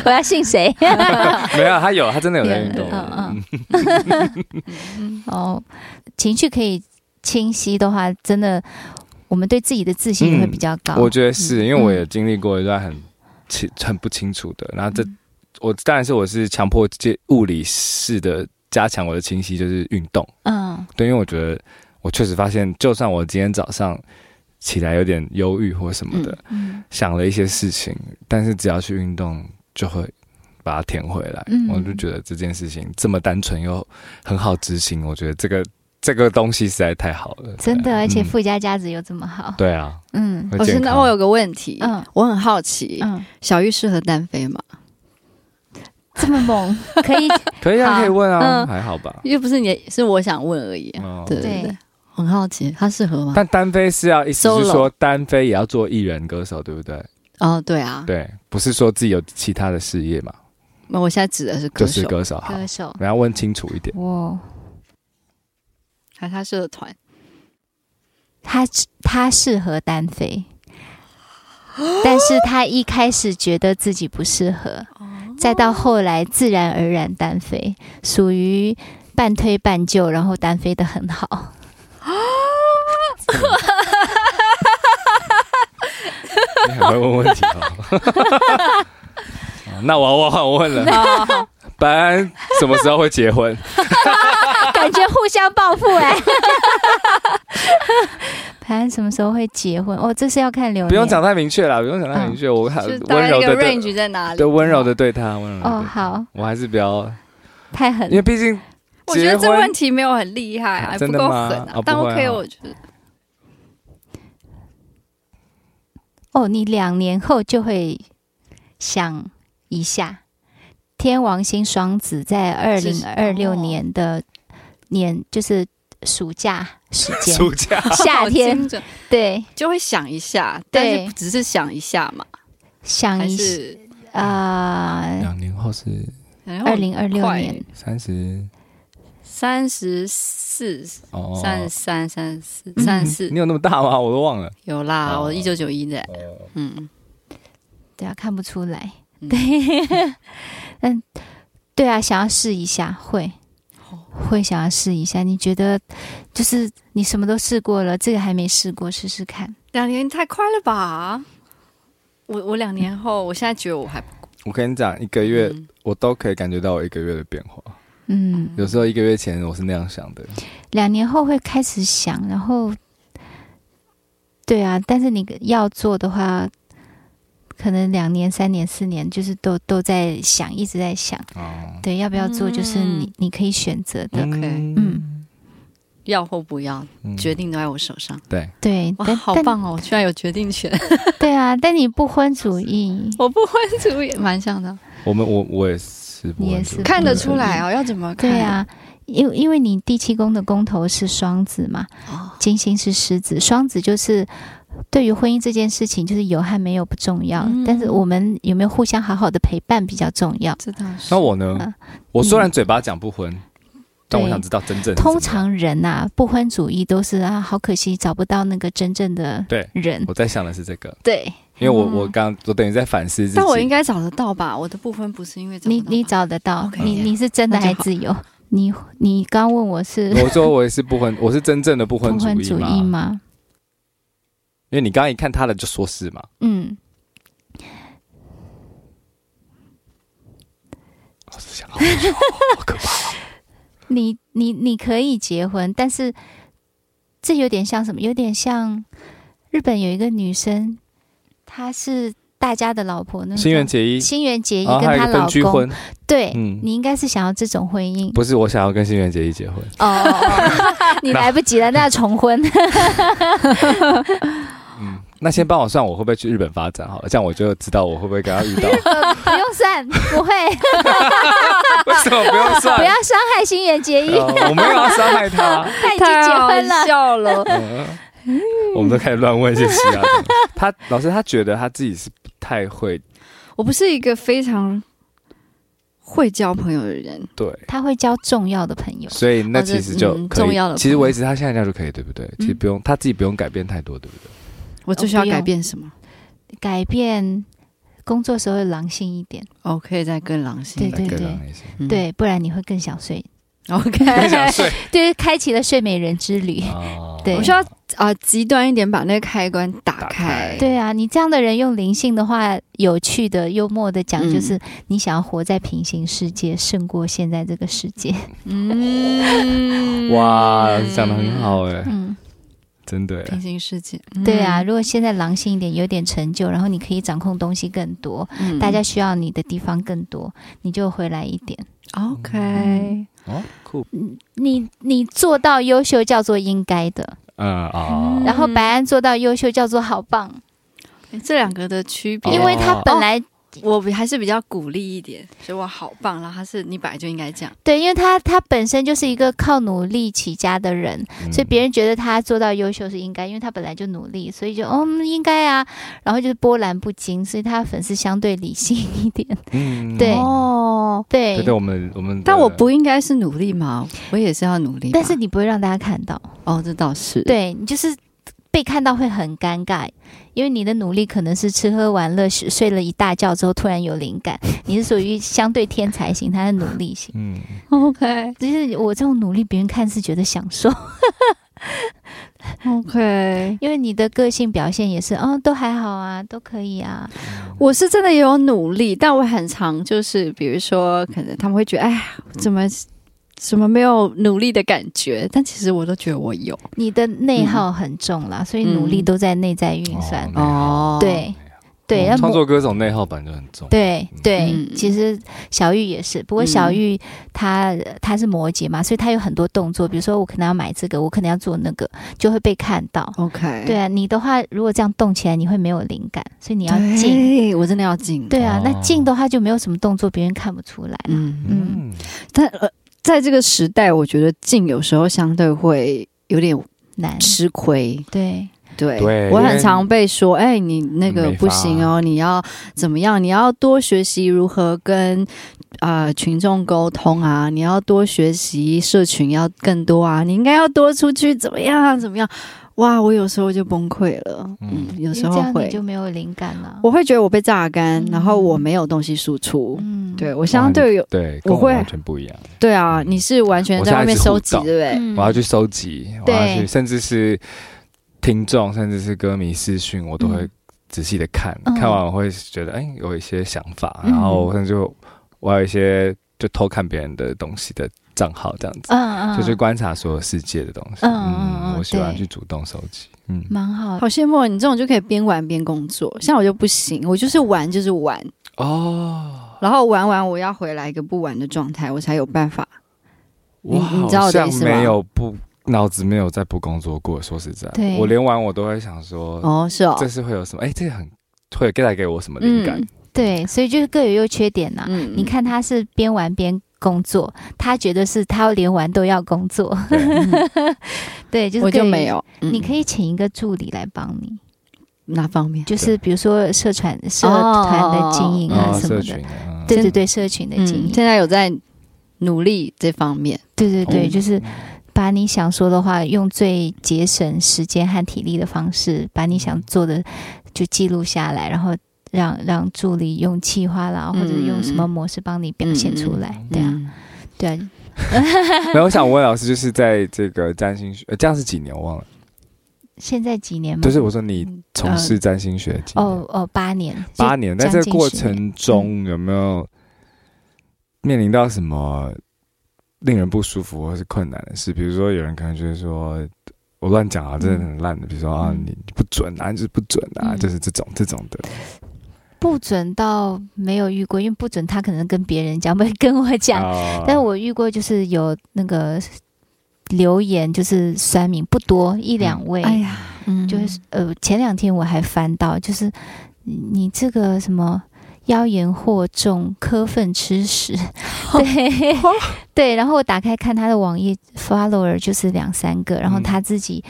D: 我要信谁？ [LAUGHS]
B: 没有，他有，他真的有在运动，
D: 嗯
B: 嗯
D: 嗯。
B: [LAUGHS]
D: [LAUGHS] 哦，情绪可以清晰的话，真的，我们对自己的自信也会比较高。
A: 嗯
B: 我觉得是因为我也经历过一段很清、很不清楚的，
A: 嗯
B: 然后这、我当然是我是强迫这物理式的加强我的清晰，就是运动。
D: 嗯
B: 对，因为我觉得我确实发现，就算我今天早上起来有点忧郁或什么的，
D: 嗯
B: 想了一些事情，但是只要去运动就会。把它填回来，
D: 嗯
B: 我就觉得这件事情这么单纯又很好执行，我觉得这个这个东西实在太好了，
D: 真的，
B: 对啊
D: 而且
B: 嗯
D: 富家价值又这么好，
B: 对啊，
D: 嗯
B: 会
A: 老师，
B: 健
A: 那
B: 康
A: 我有个问题，
D: 嗯
A: 我很好奇，
D: 嗯，
A: 小玉适合单飞吗？
D: 这么猛，可以
B: 可以啊，
D: 好
B: 可以问啊，
D: 嗯
B: 还好吧？
A: 又不是你的，是我想问而已啊。
B: 哦
A: 对对
D: 对
A: 对，很好奇，他适合吗？
B: 但单飞是要意思是
A: Solo
B: 说单飞也要做艺人歌手，对不对？
D: 嗯
A: 哦，对啊，
B: 对，不是说自己有其他的事业嘛，
A: 那我现在指的是
B: 就
A: 歌
B: 是
A: 手，
B: 歌手。好，
D: 歌手，
B: 你要问清楚一点。
D: 哇，
A: 还是他社团？
D: 他他适合单飞，但是他一开始觉得自己不适合，再到后来自然而然单飞，属于半推半就，然后单飞的很好。
B: 你很会问问 [LAUGHS] 题哦。好那我我换我问了，白安什么时候会结婚？
D: 感觉互相报复哎、 [LAUGHS] 潘安什么时候会结婚？哦，这是要看流
B: [LAUGHS]
D: 年。
B: 不用讲太明确了，不用讲太明确，我还
A: 就是大
B: 温
A: 概
B: 柔
A: 那
B: 的
A: 个
B: 对，
A: range 在哪里
B: 对？温柔的对他，温柔的
D: 哦，
B: 对他。
D: 好，
B: 我还是比较，
D: 太狠
B: 因为毕竟
A: 呃我觉得
B: 结
A: 这
B: 婚
A: 问题没有很厉害啊，
B: 啊
A: 还
B: 真
A: 不
B: 的
A: 够
B: 吗
A: 狠
B: 哦
A: 啊。但
B: 不会
A: OK，
B: 啊
A: 我觉得
D: 哦！你两年后就会想一下，天王星双子在二
A: 是哦
D: 零二六年的年，就是暑假
A: [LAUGHS]
D: 时
B: [LAUGHS]
D: 间，
B: 暑假
D: 夏
A: 好
D: 天
A: 精准
D: 对，
A: 就会想一下，但
D: 对
A: 是只是想一下嘛，
D: 想
A: 还
D: 一下
A: 是
D: 啊，
A: 哎
B: 两年后是
D: 二零二六年
B: 三十
A: 三十四、
B: 哦，
A: 三十三、三十四、
D: 嗯
A: 三十四
B: 你有那么大吗？我都忘了。
A: 有啦，
B: 哦
A: 我一九九一的，嗯，
D: 对啊，看不出来，
A: 嗯
D: 对，嗯，对啊，想要试一下，会
A: 哦
D: 会想要试一下。你觉得就是你什么都试过了，这个还没试过，试试看。
A: 两年太快了吧？我我两年后，我现在觉得我还
B: 我跟你讲，一个
A: 不
B: 月
A: 嗯
B: 我都可以感觉到我一个月的变化。
A: 哦
D: 嗯，
B: 有时候一个月前我是那样想的，
D: 两年后会开始想，然后对啊，但是你要做的话，可能两年、三年、四年，就是都都在想，一直在想，
B: 哦，
D: 对，要不要做，就是你、
A: 嗯
D: 你可以选择的。
A: OK，
D: 嗯
A: 要或不要，
B: 嗯
A: 决定都在我手上。
B: 对，
D: 对，
A: 哇，
D: 但
A: 好
D: 但
A: 棒哦！我居然有决定权， [LAUGHS]
D: 对啊，但你不婚主义，
A: 我不婚族也蛮像的，
B: 我们我我也是不
D: 你也
B: 满足
D: 是
B: 的，
A: 看得出来哦。要怎么看？
D: 对啊，因因为你第七宫的宫头是双子嘛，
A: 哦，
D: 金星是狮子，双子就是对于婚姻这件事情，就是有和没有不重要，
A: 嗯
D: 但是我们有没有互相好好的陪伴比较重要。
A: 知道是
B: 那我呢
D: 嗯？
B: 我虽然嘴巴讲不婚，但我想知道真正是
D: 通
B: 怎么样
D: 常人呐、不婚主义都是啊，好可惜找不到那个真正的
B: 对
D: 人。
B: 我在想的是这个，
D: 对
B: 因为我
A: 嗯
B: 我刚我等于在反思自己，
A: 但我应该找得到吧？我的部分不是因为找不
D: 你，
A: 到
D: 你
A: 吧
D: 找得到
A: OK，
D: 你你是真的
A: 那就
D: 还
A: 好
D: 自由。你你刚问我是
B: [LAUGHS] 我说我也是不婚，我是真正的不
D: 不
B: 婚主
D: 婚
B: 义
D: 主
B: 嘛，
D: 义吗？
B: 因为你刚刚一看他的就说是嘛，
D: 嗯，
B: 我是想好
D: 嗯
B: 久好可怕，
D: 你你你可以结婚，但是这有点像什么？有点像日本有一个女生，她是大家的老婆，那个
B: 心
D: 叫
B: 愿结衣，
D: 新垣结衣
B: 然后
D: 跟
B: 还有一
D: 她
B: 个分
D: 老
B: 居
D: 公
B: 婚，，
D: 对、
B: 嗯
D: 你应该是想要这种婚姻
B: 不是我想要跟新垣结衣结婚，
D: 哦 [LAUGHS] 哦，哦你来不及了，那要重婚。
B: 嗯，那先帮我算我会不会去日本发展好了，这样我就知道我会不会跟他遇
D: [LAUGHS]
B: 到，
D: 呃不用算，不会，
B: 为什么不用
D: 不
B: 算
D: 要？伤害新垣结衣，
B: 哦我没有要伤害他，。
D: [LAUGHS] 他已经
A: 太
D: 结
A: 好
D: 婚了。
A: 笑了
B: 嗯我们都开始乱问一些其他的。 [LAUGHS] 他老师他觉得他自己是不太会
A: [LAUGHS] 我不是一个非常会交朋友的人，
B: 对，
D: 他会交重要的朋友，
B: 所以那
A: 哦这
B: 其实就
A: 嗯
B: 可以。
A: 重要的
B: 其实维持他现在这样就可以，对不对？其实不用他自己不用改变太多，对不对？
A: 我最需要改变什么？
D: 改变工作时候狼性一点，
A: 哦，可以再更狼性一
D: 对
A: 点。
B: 来更让那些
A: 嗯
D: 对，不然你会更想睡，
B: 更
A: ，OK。
B: 想睡
D: 对，开启了睡美人之旅。
B: 哦
D: 对
A: 我需要 [LAUGHS] 啊，极端一点，把那个开关
B: 打
A: 打
B: 开
A: 开。
D: 对啊，你这样的人用灵性的话，有趣的、幽默的讲，
A: 嗯
D: 就是你想要活在平行世界，胜过现在这个世界。
A: 嗯
B: 哇，讲的很好哎，
D: 嗯，
B: 真的
A: 平
B: 哎。
A: 行世界。
D: [LAUGHS] 对
A: 嗯
D: 啊，如果现在狼性一点，有点成就，然后你可以掌控东西更多，
A: 嗯
D: 大家需要你的地方更多，你就回来一点。
A: OK，
B: 哦，酷，
D: 哎你你做到优秀叫做应该的，
B: 嗯啊，
D: 然后白安做到优秀叫做好棒，
B: 嗯
A: 这两个的区
B: 哦
A: 别，
D: 因为他本来
A: 我比还是比较鼓励一点，所以我好棒。然后他是你本来就应该这样，
D: 对，因为他他本身就是一个靠努力起家的人，
B: 嗯
D: 所以别人觉得他做到优秀是应该，因为他本来就努力，所以就哦嗯应该啊，然后就是波澜不惊，所以他的粉丝相对理性一点，
B: 嗯
D: 对
A: 哦，
D: 对
B: 对对，我们我们，
A: 但我，不应该是努力吗？我也是要努力吧，
D: 但是你不会让大家看到，
A: 哦，这倒是，
D: 对你就是被看到会很尴尬，因为你的努力可能是吃喝玩乐睡睡了一大觉之后突然有灵感，你是属于相对天才型，他是努力型。
B: 嗯，
D: [LAUGHS]
A: ，OK
D: 就是我这种努力，别人看是觉得享受，
A: OK，
D: 因为你的个性表现也是，哦，都还好啊，都可以啊，
A: 我是真的也有努力，但我很常就是，比如说，可能他们会觉得，哎呀，怎么怎么没有努力的感觉？但其实我都觉得我有
D: 你的内耗很重啦，所以努力都在内在运算。
B: 哦，
D: 对对，
B: 嗯
D: 那
B: 创
D: 么
B: 作歌手内耗本来就很重，
D: 对对，
A: 嗯
D: 其实小玉也是，不过
B: 嗯
D: 小玉她她是摩羯嘛，所以她有很多动作，比如说我可能要买这个，我可能要做那个，就会被看到。
A: ，OK，
D: 对啊，你的话如果这样动起来，你会没有灵感，所以你
A: 你
D: 要静。，
A: 我真的要静，，
D: 对啊，那
B: 哦
D: 静的话就没有什么动作，别人看不出来。
A: 嗯，
B: 嗯，
A: 但呃，在这个时代，我觉得静有时候相对会有点
D: 难，
A: 吃亏。
D: 对，
A: 对，
B: 对
A: 我
B: 因
A: 很
B: 为
A: 常被说，哎、你那个
B: 没
A: 不
B: 法
A: 行哦，你要怎么样？你要多学习如何跟啊、呃群众沟通啊，你要多学习社群要更多啊，你应该要多出去，怎么样？怎么样？哇，我有时候就崩溃了，嗯
B: 嗯，
A: 有时
D: 因为
A: 候
D: 这样
A: 会
D: 你，就没有灵感了。
A: 我会觉得我被榨干，然后我
D: 嗯
A: 没有东西输出。
D: 嗯
A: 对我相对有
B: 对，跟
A: 我会
B: 完全不一样。
A: 对啊，你是完全
B: 我
A: 在
B: 现
A: 外
B: 在
A: 面
B: 是
A: 收
B: 互
A: 集，对
B: 动
A: 不对？
D: 嗯
B: 我要去收集，我
D: 对
B: 要去，甚至是听众，甚至是歌迷私讯，我都会
D: 嗯
B: 仔细的看，
D: 嗯
B: 看完我会觉得，哎、有一些想法，
D: 嗯
B: 然后甚至就我还有一些就偷看别人的东西的账号这样子，
D: 嗯嗯，
B: 就去观察所有世界的东西。
D: 嗯嗯嗯
B: 我喜欢
D: 对
B: 去主动收集，嗯，
D: 蛮好
A: 好。羡慕哦你这种就可以边玩边工作，像我就不行，我就是玩就是玩，
B: 哦，
A: 然后玩完我要回来一个不玩的状态，我才有办法。你
B: 我
A: 你知道
B: 好
A: 我的意
B: 像
A: 思吗
B: 没有不脑子没有在不工作过，说实在
D: 对，
B: 我连玩我都会想说，
A: 哦，是哦，
B: 这是会有什么？哎、这个很会带给我什么灵感？
A: 嗯
D: 对，所以就是各有优缺点啊呐。
A: 嗯
D: 你，看他是边玩边工作，他觉得是他连玩都要工作，
B: 对
A: 嗯
D: [LAUGHS] 对，就是
A: 我就
D: 各有
A: 没。有。嗯
D: 你
A: 以
D: 可以请一个助理来帮你，
A: 哪方面？
D: 就是比如说社团社
A: 哦
D: 团的经营啊
B: 哦
D: 什
B: 社
D: 么
B: 群
D: 的，
B: 啊，
D: 对对对，社群的
A: 嗯，
D: 经营，
A: 现在有在努力这方面。
D: 对对
B: 哦
D: 对，
A: 嗯
D: 就是把你想说的话，用最节省时间和体力的方式，把你
B: 嗯
D: 想做的就记录下来，然后让让助理用气话啦，或者用什么模式帮你表现出来。对啊，
A: 嗯，
D: 对啊，
B: 没有，我想问老师，就是在这个占星学，呃，这样是几年我忘了？
D: 嗯现在几年吗？
B: 就是我说你从事占星学几年
D: 嗯呃哦哦，八年，
B: 八年，
D: 就
B: 在这个
D: 将近
B: 过
D: 十年嗯
B: 程中有没有面临到什么令人不舒服或是困难的事？比如说，有人可能觉得说。我乱讲啊，真的很烂的。比如说啊，
D: 嗯
B: 你你不准啊，你就是不准啊，
D: 嗯
B: 就是这种这种的。
D: 不准到没有遇过，因为不准他可能跟别人讲，不会跟我讲。
B: 啊
D: 但我遇过就是有那个留言，就是酸民不多一两位，
A: 哎呀，嗯，
D: 就是呃，前两天我还翻到，就是你这个什么妖言惑众、苛愤吃屎，对对。然后我打开看他的网页，follower 就是两三个，然后
B: 嗯
D: 他自己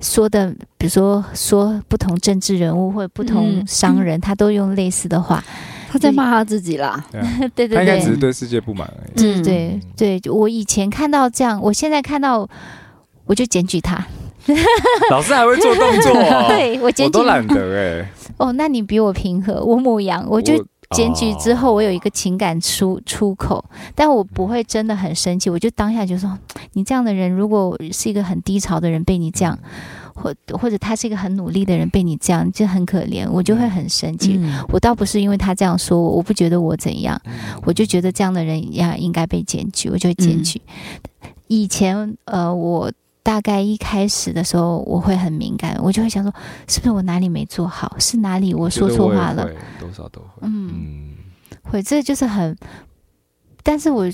D: 说的，比如说说不同政治人物或者不同
A: 嗯
D: 商人，他都用类似的话，
A: 他在骂他自己啦。
B: 对啊
D: 对
B: 他
D: 对
B: 应该只
D: 对
B: 是对世界不满
D: [LAUGHS]
B: 而已。
A: 嗯，
D: 对对。就我以前看到这样，我现在看到我就检举他，
B: 老师还会做动作哦，
D: [LAUGHS] 对我
B: 我
D: 检举
B: 都懒得哎。
D: 哦，那你比我平和，我母羊，我就检举
B: 哦
D: 之后，我有一
B: 个
D: 个情感出出口，但我不会真的很生气，我就当下就说，你这样的人，如果是一个很低潮的人被你这样，或或者他是一个很努力的人被你这样，就很可怜，我就会很生气。
A: 嗯
D: 我倒不是因为他这样说我，我不觉得我怎样，我就觉得这样的人呀应该被检举，我就会检举。以前呃，我大概一开始的时候，我会很敏感，我就会想说，是不是我哪里没做好，是哪里我说错话了，，
B: 多少都会。
D: 嗯。
B: 嗯，
D: 会，这就是很，但是我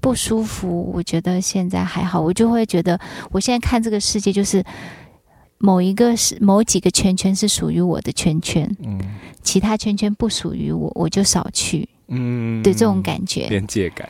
D: 不舒服，我觉得现在还好，我就会觉得我现在看这个世界就是。某一个是某几个圈圈是属于我的圈圈，
B: 嗯
D: 其他圈圈不属于我，我就少去。
B: 嗯
D: 对这种感觉，
B: 边界感。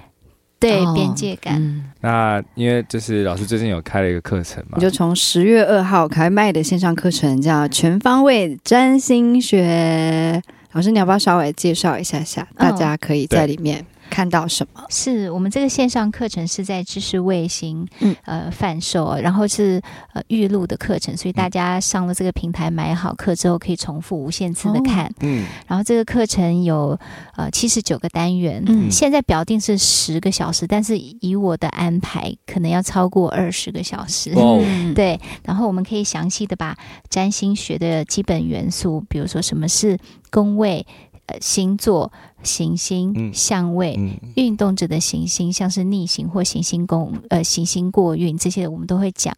D: 对
A: 哦
D: 边界感，
A: 嗯
B: 那因为就是老师最近有开了一个课程嘛
A: 你，就从十月二号开卖的线上课程叫全方位占星学。老师，你要不要稍微介绍一下下，大家可以在里面看到什么？
D: 是我们这个线上课程是在知识卫星，
A: 嗯
D: 呃，贩售，然后是呃预录的课
B: 嗯
D: 程，所以大家上了这个平台买好课之后，可以重复无限次的
A: 哦
D: 看。
B: 嗯，
D: 然后这个课程有呃七十九个单元，
A: 嗯
D: 现在表定是十个小时，但是以我的安排，可能要超过二十个小时。
B: 哇哦
A: 嗯，
D: 对，然后我们可以详细的把占星学的基本元素，比如说什么是宫位、呃星座、行星、
B: 嗯
D: 相位、
B: 嗯
D: 运动者的行星，像是逆行或行星宫呃行星过运这些，我们都会讲。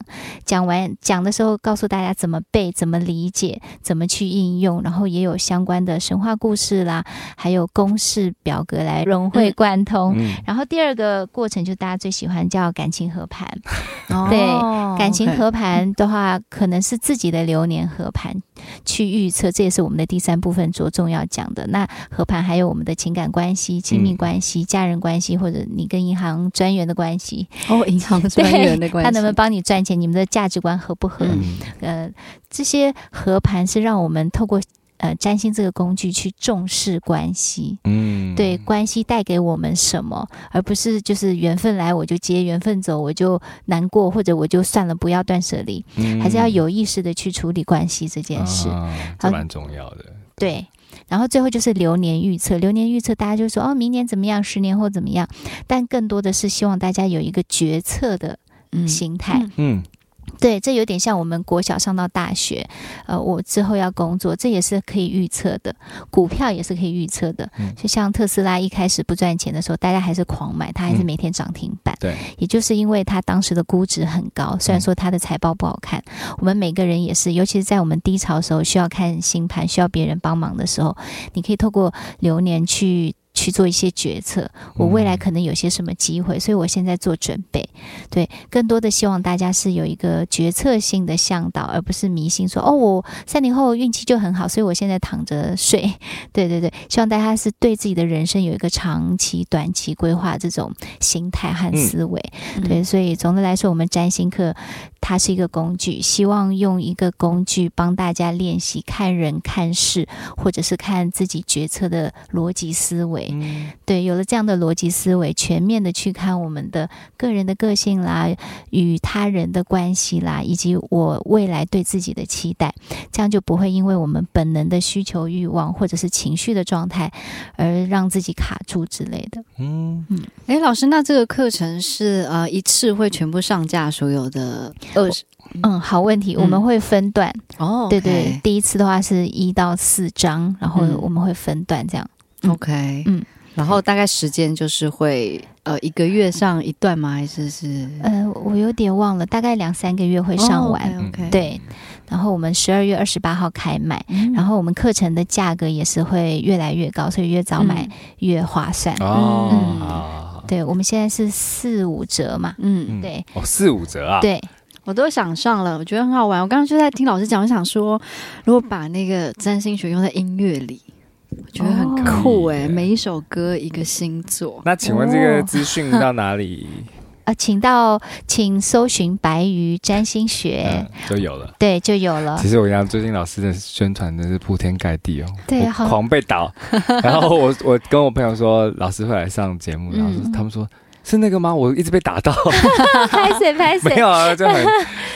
D: 讲完讲的时候，告诉大家怎么背、怎么理解、怎么去应用，然后也有相关的神话故事啦，还有公式表格来融会
A: 嗯
D: 贯通。
B: 嗯
D: 然后第二个过程就大家最喜欢叫感情合盘，
A: 哦
D: 感情
A: OK
D: 合盘的话，可能是自己的流年合盘去预测，这也是我们的第三部分着重要讲的。那合盘还有我们的情感关系、亲密
B: 嗯
D: 关系、家人关系，或者你跟银行专员的关系，
A: 哦，银行专员的关系，
D: [LAUGHS] 他能不能帮你赚钱，你们的价值观合不合？
A: 嗯
B: 嗯
D: 呃，这些合盘是让我们透过呃占星这个工具去重视关系。
B: 嗯，
D: 对，关系带给我们什么，而不是就是缘分来我就接，缘分走我就难过，或者我就算了，不要断舍离，
B: 嗯
D: 还是要有意识的去处理关系这件事。
B: 啊这蛮重要的。
D: 对，然后最后就是流年预测，流年预测大家就说哦，明年怎么样，十年后怎么样，但更多的是希望大家有一个决策的
A: 嗯
D: 心态。
B: 嗯
D: 对，这有点像我们国小上到大学，呃，我之后要工作，这也是可以预测的，股票也是可以预测的。
B: 嗯
D: 就像特斯拉一开始不赚钱的时候，大家还是狂买，它还是
B: 嗯
D: 每天涨停板。
B: 对，
D: 也就是因为它当时的估值很高，虽然
B: 嗯
D: 说它的财报不好看，我们每个人也是，尤其是在我们低潮的时候，需要看星盘，需要别人帮忙的时候，你可以透过流年去。去做一些决策，我未来可能有些什么机会，所以我现在做准备。对，更多的希望大家是有一个决策性的向导，而不是迷信说哦，我三年后运气就很好，所以我现在躺着睡。 [LAUGHS] 对对对，希望大家是对自己的人生有一个长期、短期规划这种心态和思维。对，所以总的来说，我们占星课它是一个工具，希望用一个工具帮大家练习看人、看事，或者是看自己决策的逻辑思维。
B: 嗯
D: 对，有了这样的逻辑思维，全面的去看我们的个人的个性啦，与他人的关系啦，以及我未来对自己的期待，这样就不会因为我们本能的需求、欲望或者是情绪的状态而让自己卡住之类的。
B: 嗯，
A: 哎，老师，那这个课程是呃一次会全部上架所有的二十
D: 嗯，好问题，我们
A: 嗯
D: 会分段。
A: 哦
D: 对对，第一次的话是一到四章，然后
A: 嗯
D: 我们会分段这样。
A: ，OK，嗯
D: 嗯，
A: 然后大概时间就是会呃一个月上一段吗？还是是
D: 呃，我有点忘了，大概两三个
A: 哦
D: 月会上完。
A: ？OK，
D: 对，然后我们十二月二十八号开卖。
A: 嗯
D: 然后我们课程的价格也是会越来越高，所以越早买，越划算。
B: 哦
A: 嗯，
B: 好
D: 对，我们现在是四五折嘛，
A: 嗯嗯，
B: 嗯
D: 对
B: 哦，四五折啊，，
D: 对，
A: 我都想上了，我觉得很好玩。我刚刚就在听老师讲，我想说，如果把那个占星学用在音乐里，我觉得很
B: 哦
A: 酷
B: 可以
A: 哎、
B: 耶
A: 每一首歌一个星座，
B: 那请问这
D: 哦
B: 个资讯到哪
D: [LAUGHS]
B: 里？
D: 呃，请到请搜寻白鱼占星学，
B: 嗯，就有了。
D: 对，就有了
B: 其。
D: [LAUGHS]
B: 实我跟你讲，最近老师的宣传真是铺天盖地哦，
A: 啊
D: 对
B: 我
D: 好
B: 狂被
A: [LAUGHS]
B: 倒。然后我我跟我朋友说，老师会来上节目，然后说
A: 嗯
B: 他们说是那个吗？我一直
A: [LAUGHS]
B: 被打到，
D: 拍谁拍
B: 没
D: 谁。
B: 有啊，就很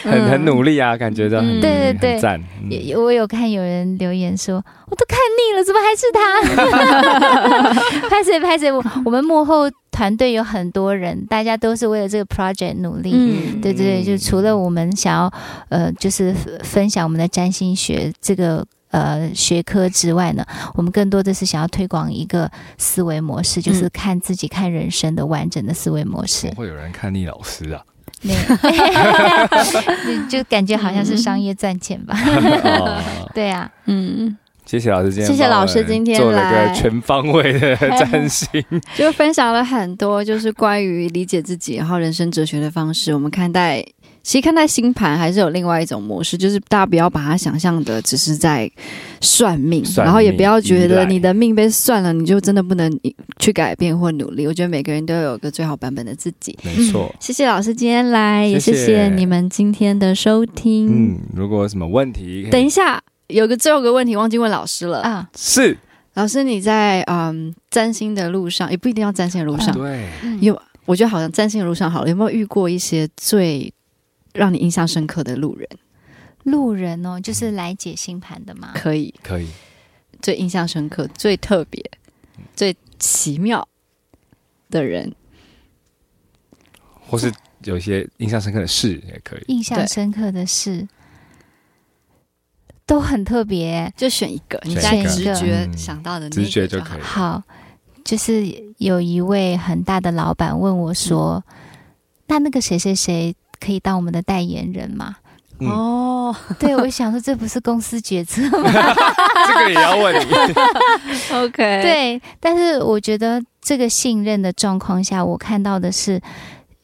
B: 很很努力啊，感觉到
A: 嗯
B: 很
D: 对对对
B: 很赞。嗯
D: 也也我有看有人留言说，我都看腻了，怎么还是他？ [LAUGHS] 拍谁拍谁？我我们幕后团队有很多人，大家都是为了这个 project 努力。
A: 嗯
D: 对对对，就除了我们想要呃，就是分分享我们的占星学这个呃学科之外呢，我们更多的是想要推广一个思维模式，就是看自己、看人生的完整的思维模
B: 怎
D: 式
B: 么。会有人看腻老
A: [LAUGHS]
B: 师啊？
D: [LAUGHS] 那就就感觉好像是商业赚钱吧？
B: 哦
D: 对啊，
A: 嗯，
B: 谢谢老师今天，
A: 谢谢老师今天
B: 做了
A: 来
B: 个全方位
A: [LAUGHS]
B: 的占星，
A: 就分享了很多，就是关于理解自己，然后人生哲学的方式。我们看待，其实看待星盘还是有另外一种模式，就是大家不要把它想象的只是在算命，
B: 算命
A: 然后也不要觉
B: 依
A: 得
B: 赖
A: 你的命被算了，你就真的不能去改变或努力。我觉得每个人都有一个最好版本的自己。
B: 没错。
A: 谢谢老师今天来，也谢
B: 谢谢
A: 谢你们今天的收听。
B: 嗯，如果有什么问题，
A: 等一下，有个最后一个问题忘记问老师了。
D: 啊，
B: 是
A: 老师，你在嗯占星的路上，也不一定要占星的路上，
B: 对，
D: 嗯
A: 有，我觉得好像占星的路上好了，有没有遇过一些最让你印象深刻的路人？
D: 路人哦，就是来解星盘的
A: [COUGHS]
D: 嘛。
A: 可以，
B: 可以。
A: 最印象深刻、最特别、最奇妙的人，
B: 或是有一些印象深刻的事也可
D: [LAUGHS]
B: 以。
D: 印象
A: 对
D: 深刻的事都很特别欸、
A: 就选一个，你
B: 选
A: 在
D: 一个
A: 直觉
B: 嗯
A: 想到的那个
B: 直觉就
A: 就
B: 可以
A: 好
D: 好，就是有一位很大的老板问我说：“那那个谁谁谁可以当我们的代言人吗
B: 嗯
A: 哦，？”
D: 对，我想说这不是公司决策吗？
B: 这个也要问你，
A: ，OK，，
D: 对，但是我觉得这个信任的状况下，我看到的是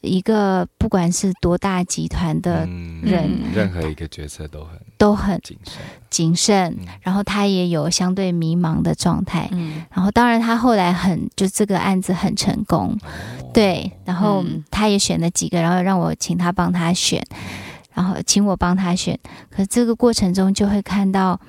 D: 一个不管是多大集团的
B: 嗯
D: 人
B: 任何一个决策都很
D: 都很
B: 谨慎。
D: 谨慎
B: 嗯，
D: 然后他也有相对迷茫的状态。
A: 嗯，
D: 然后，当然，他后来很就这个案子很成功，
B: 哦，
D: 对，然后
A: 嗯
D: 他也选了几个，然后让我请他帮他选，然后请我帮他选。可这个过程中就会看到，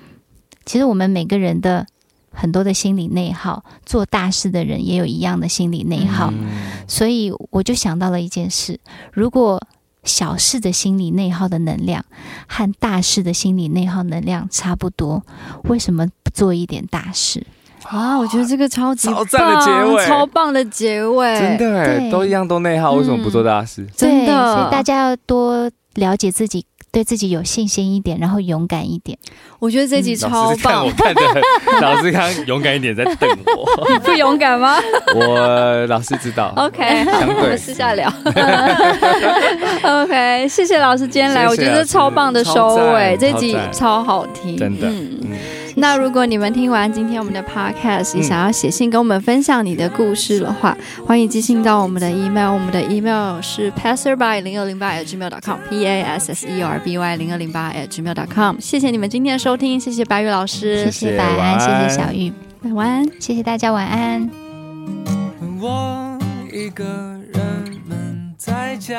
D: 其实我们每个人的很多的心理内耗，做大事的人也有一样的心理内耗。
B: 嗯
D: 所以我就想到了一件事：如果小事的心理内耗的能量和大事的心理内耗能量差不多，为什么不做一点大事？
A: 啊，我觉得这个超级
B: 超赞的结
A: 棒
B: 尾
A: 超棒的结尾，
B: 真的哎，
D: 对嗯
B: 都一样都内耗，为什么不做大事？
A: 真的
D: 对所以大家要多了解自己，对自己有信心一点，然后勇敢一点。
A: 我觉得这集
B: 嗯老
A: 超
B: 师看
A: 棒
B: 我，看的，
D: [LAUGHS]
B: 老师看勇敢一点在瞪我。
A: 不勇敢吗
B: 我老师知道
A: [LAUGHS]
D: 哦
A: ？OK，
B: 哎相对
A: 我们私下
B: [LAUGHS]
A: 聊。OK，谢谢老师今天来，
B: 谢谢
A: 我觉得这
B: 老师
A: 超棒的收尾，
B: 超赞
A: 这集
B: 超赞
A: 超好听，
B: 真的
A: 嗯
B: 嗯
A: 那如果你们听完今天我们的 podcast，也
B: 嗯
A: 想要写信跟我们分享你的故事的话，欢迎寄信到我们的 email，我们的 email 是 passerby 零二零八 at gmail.com，p a s s e r b y 零二零八 at gmail.com。谢谢你们今天的收听，谢谢白月老师
D: 谢，
B: 谢
D: 谢白安，
B: 晚
D: 谢
B: 安
D: 谢小玉，
A: 晚安。
D: 谢谢大家，晚安。
C: 我一个人闷在家。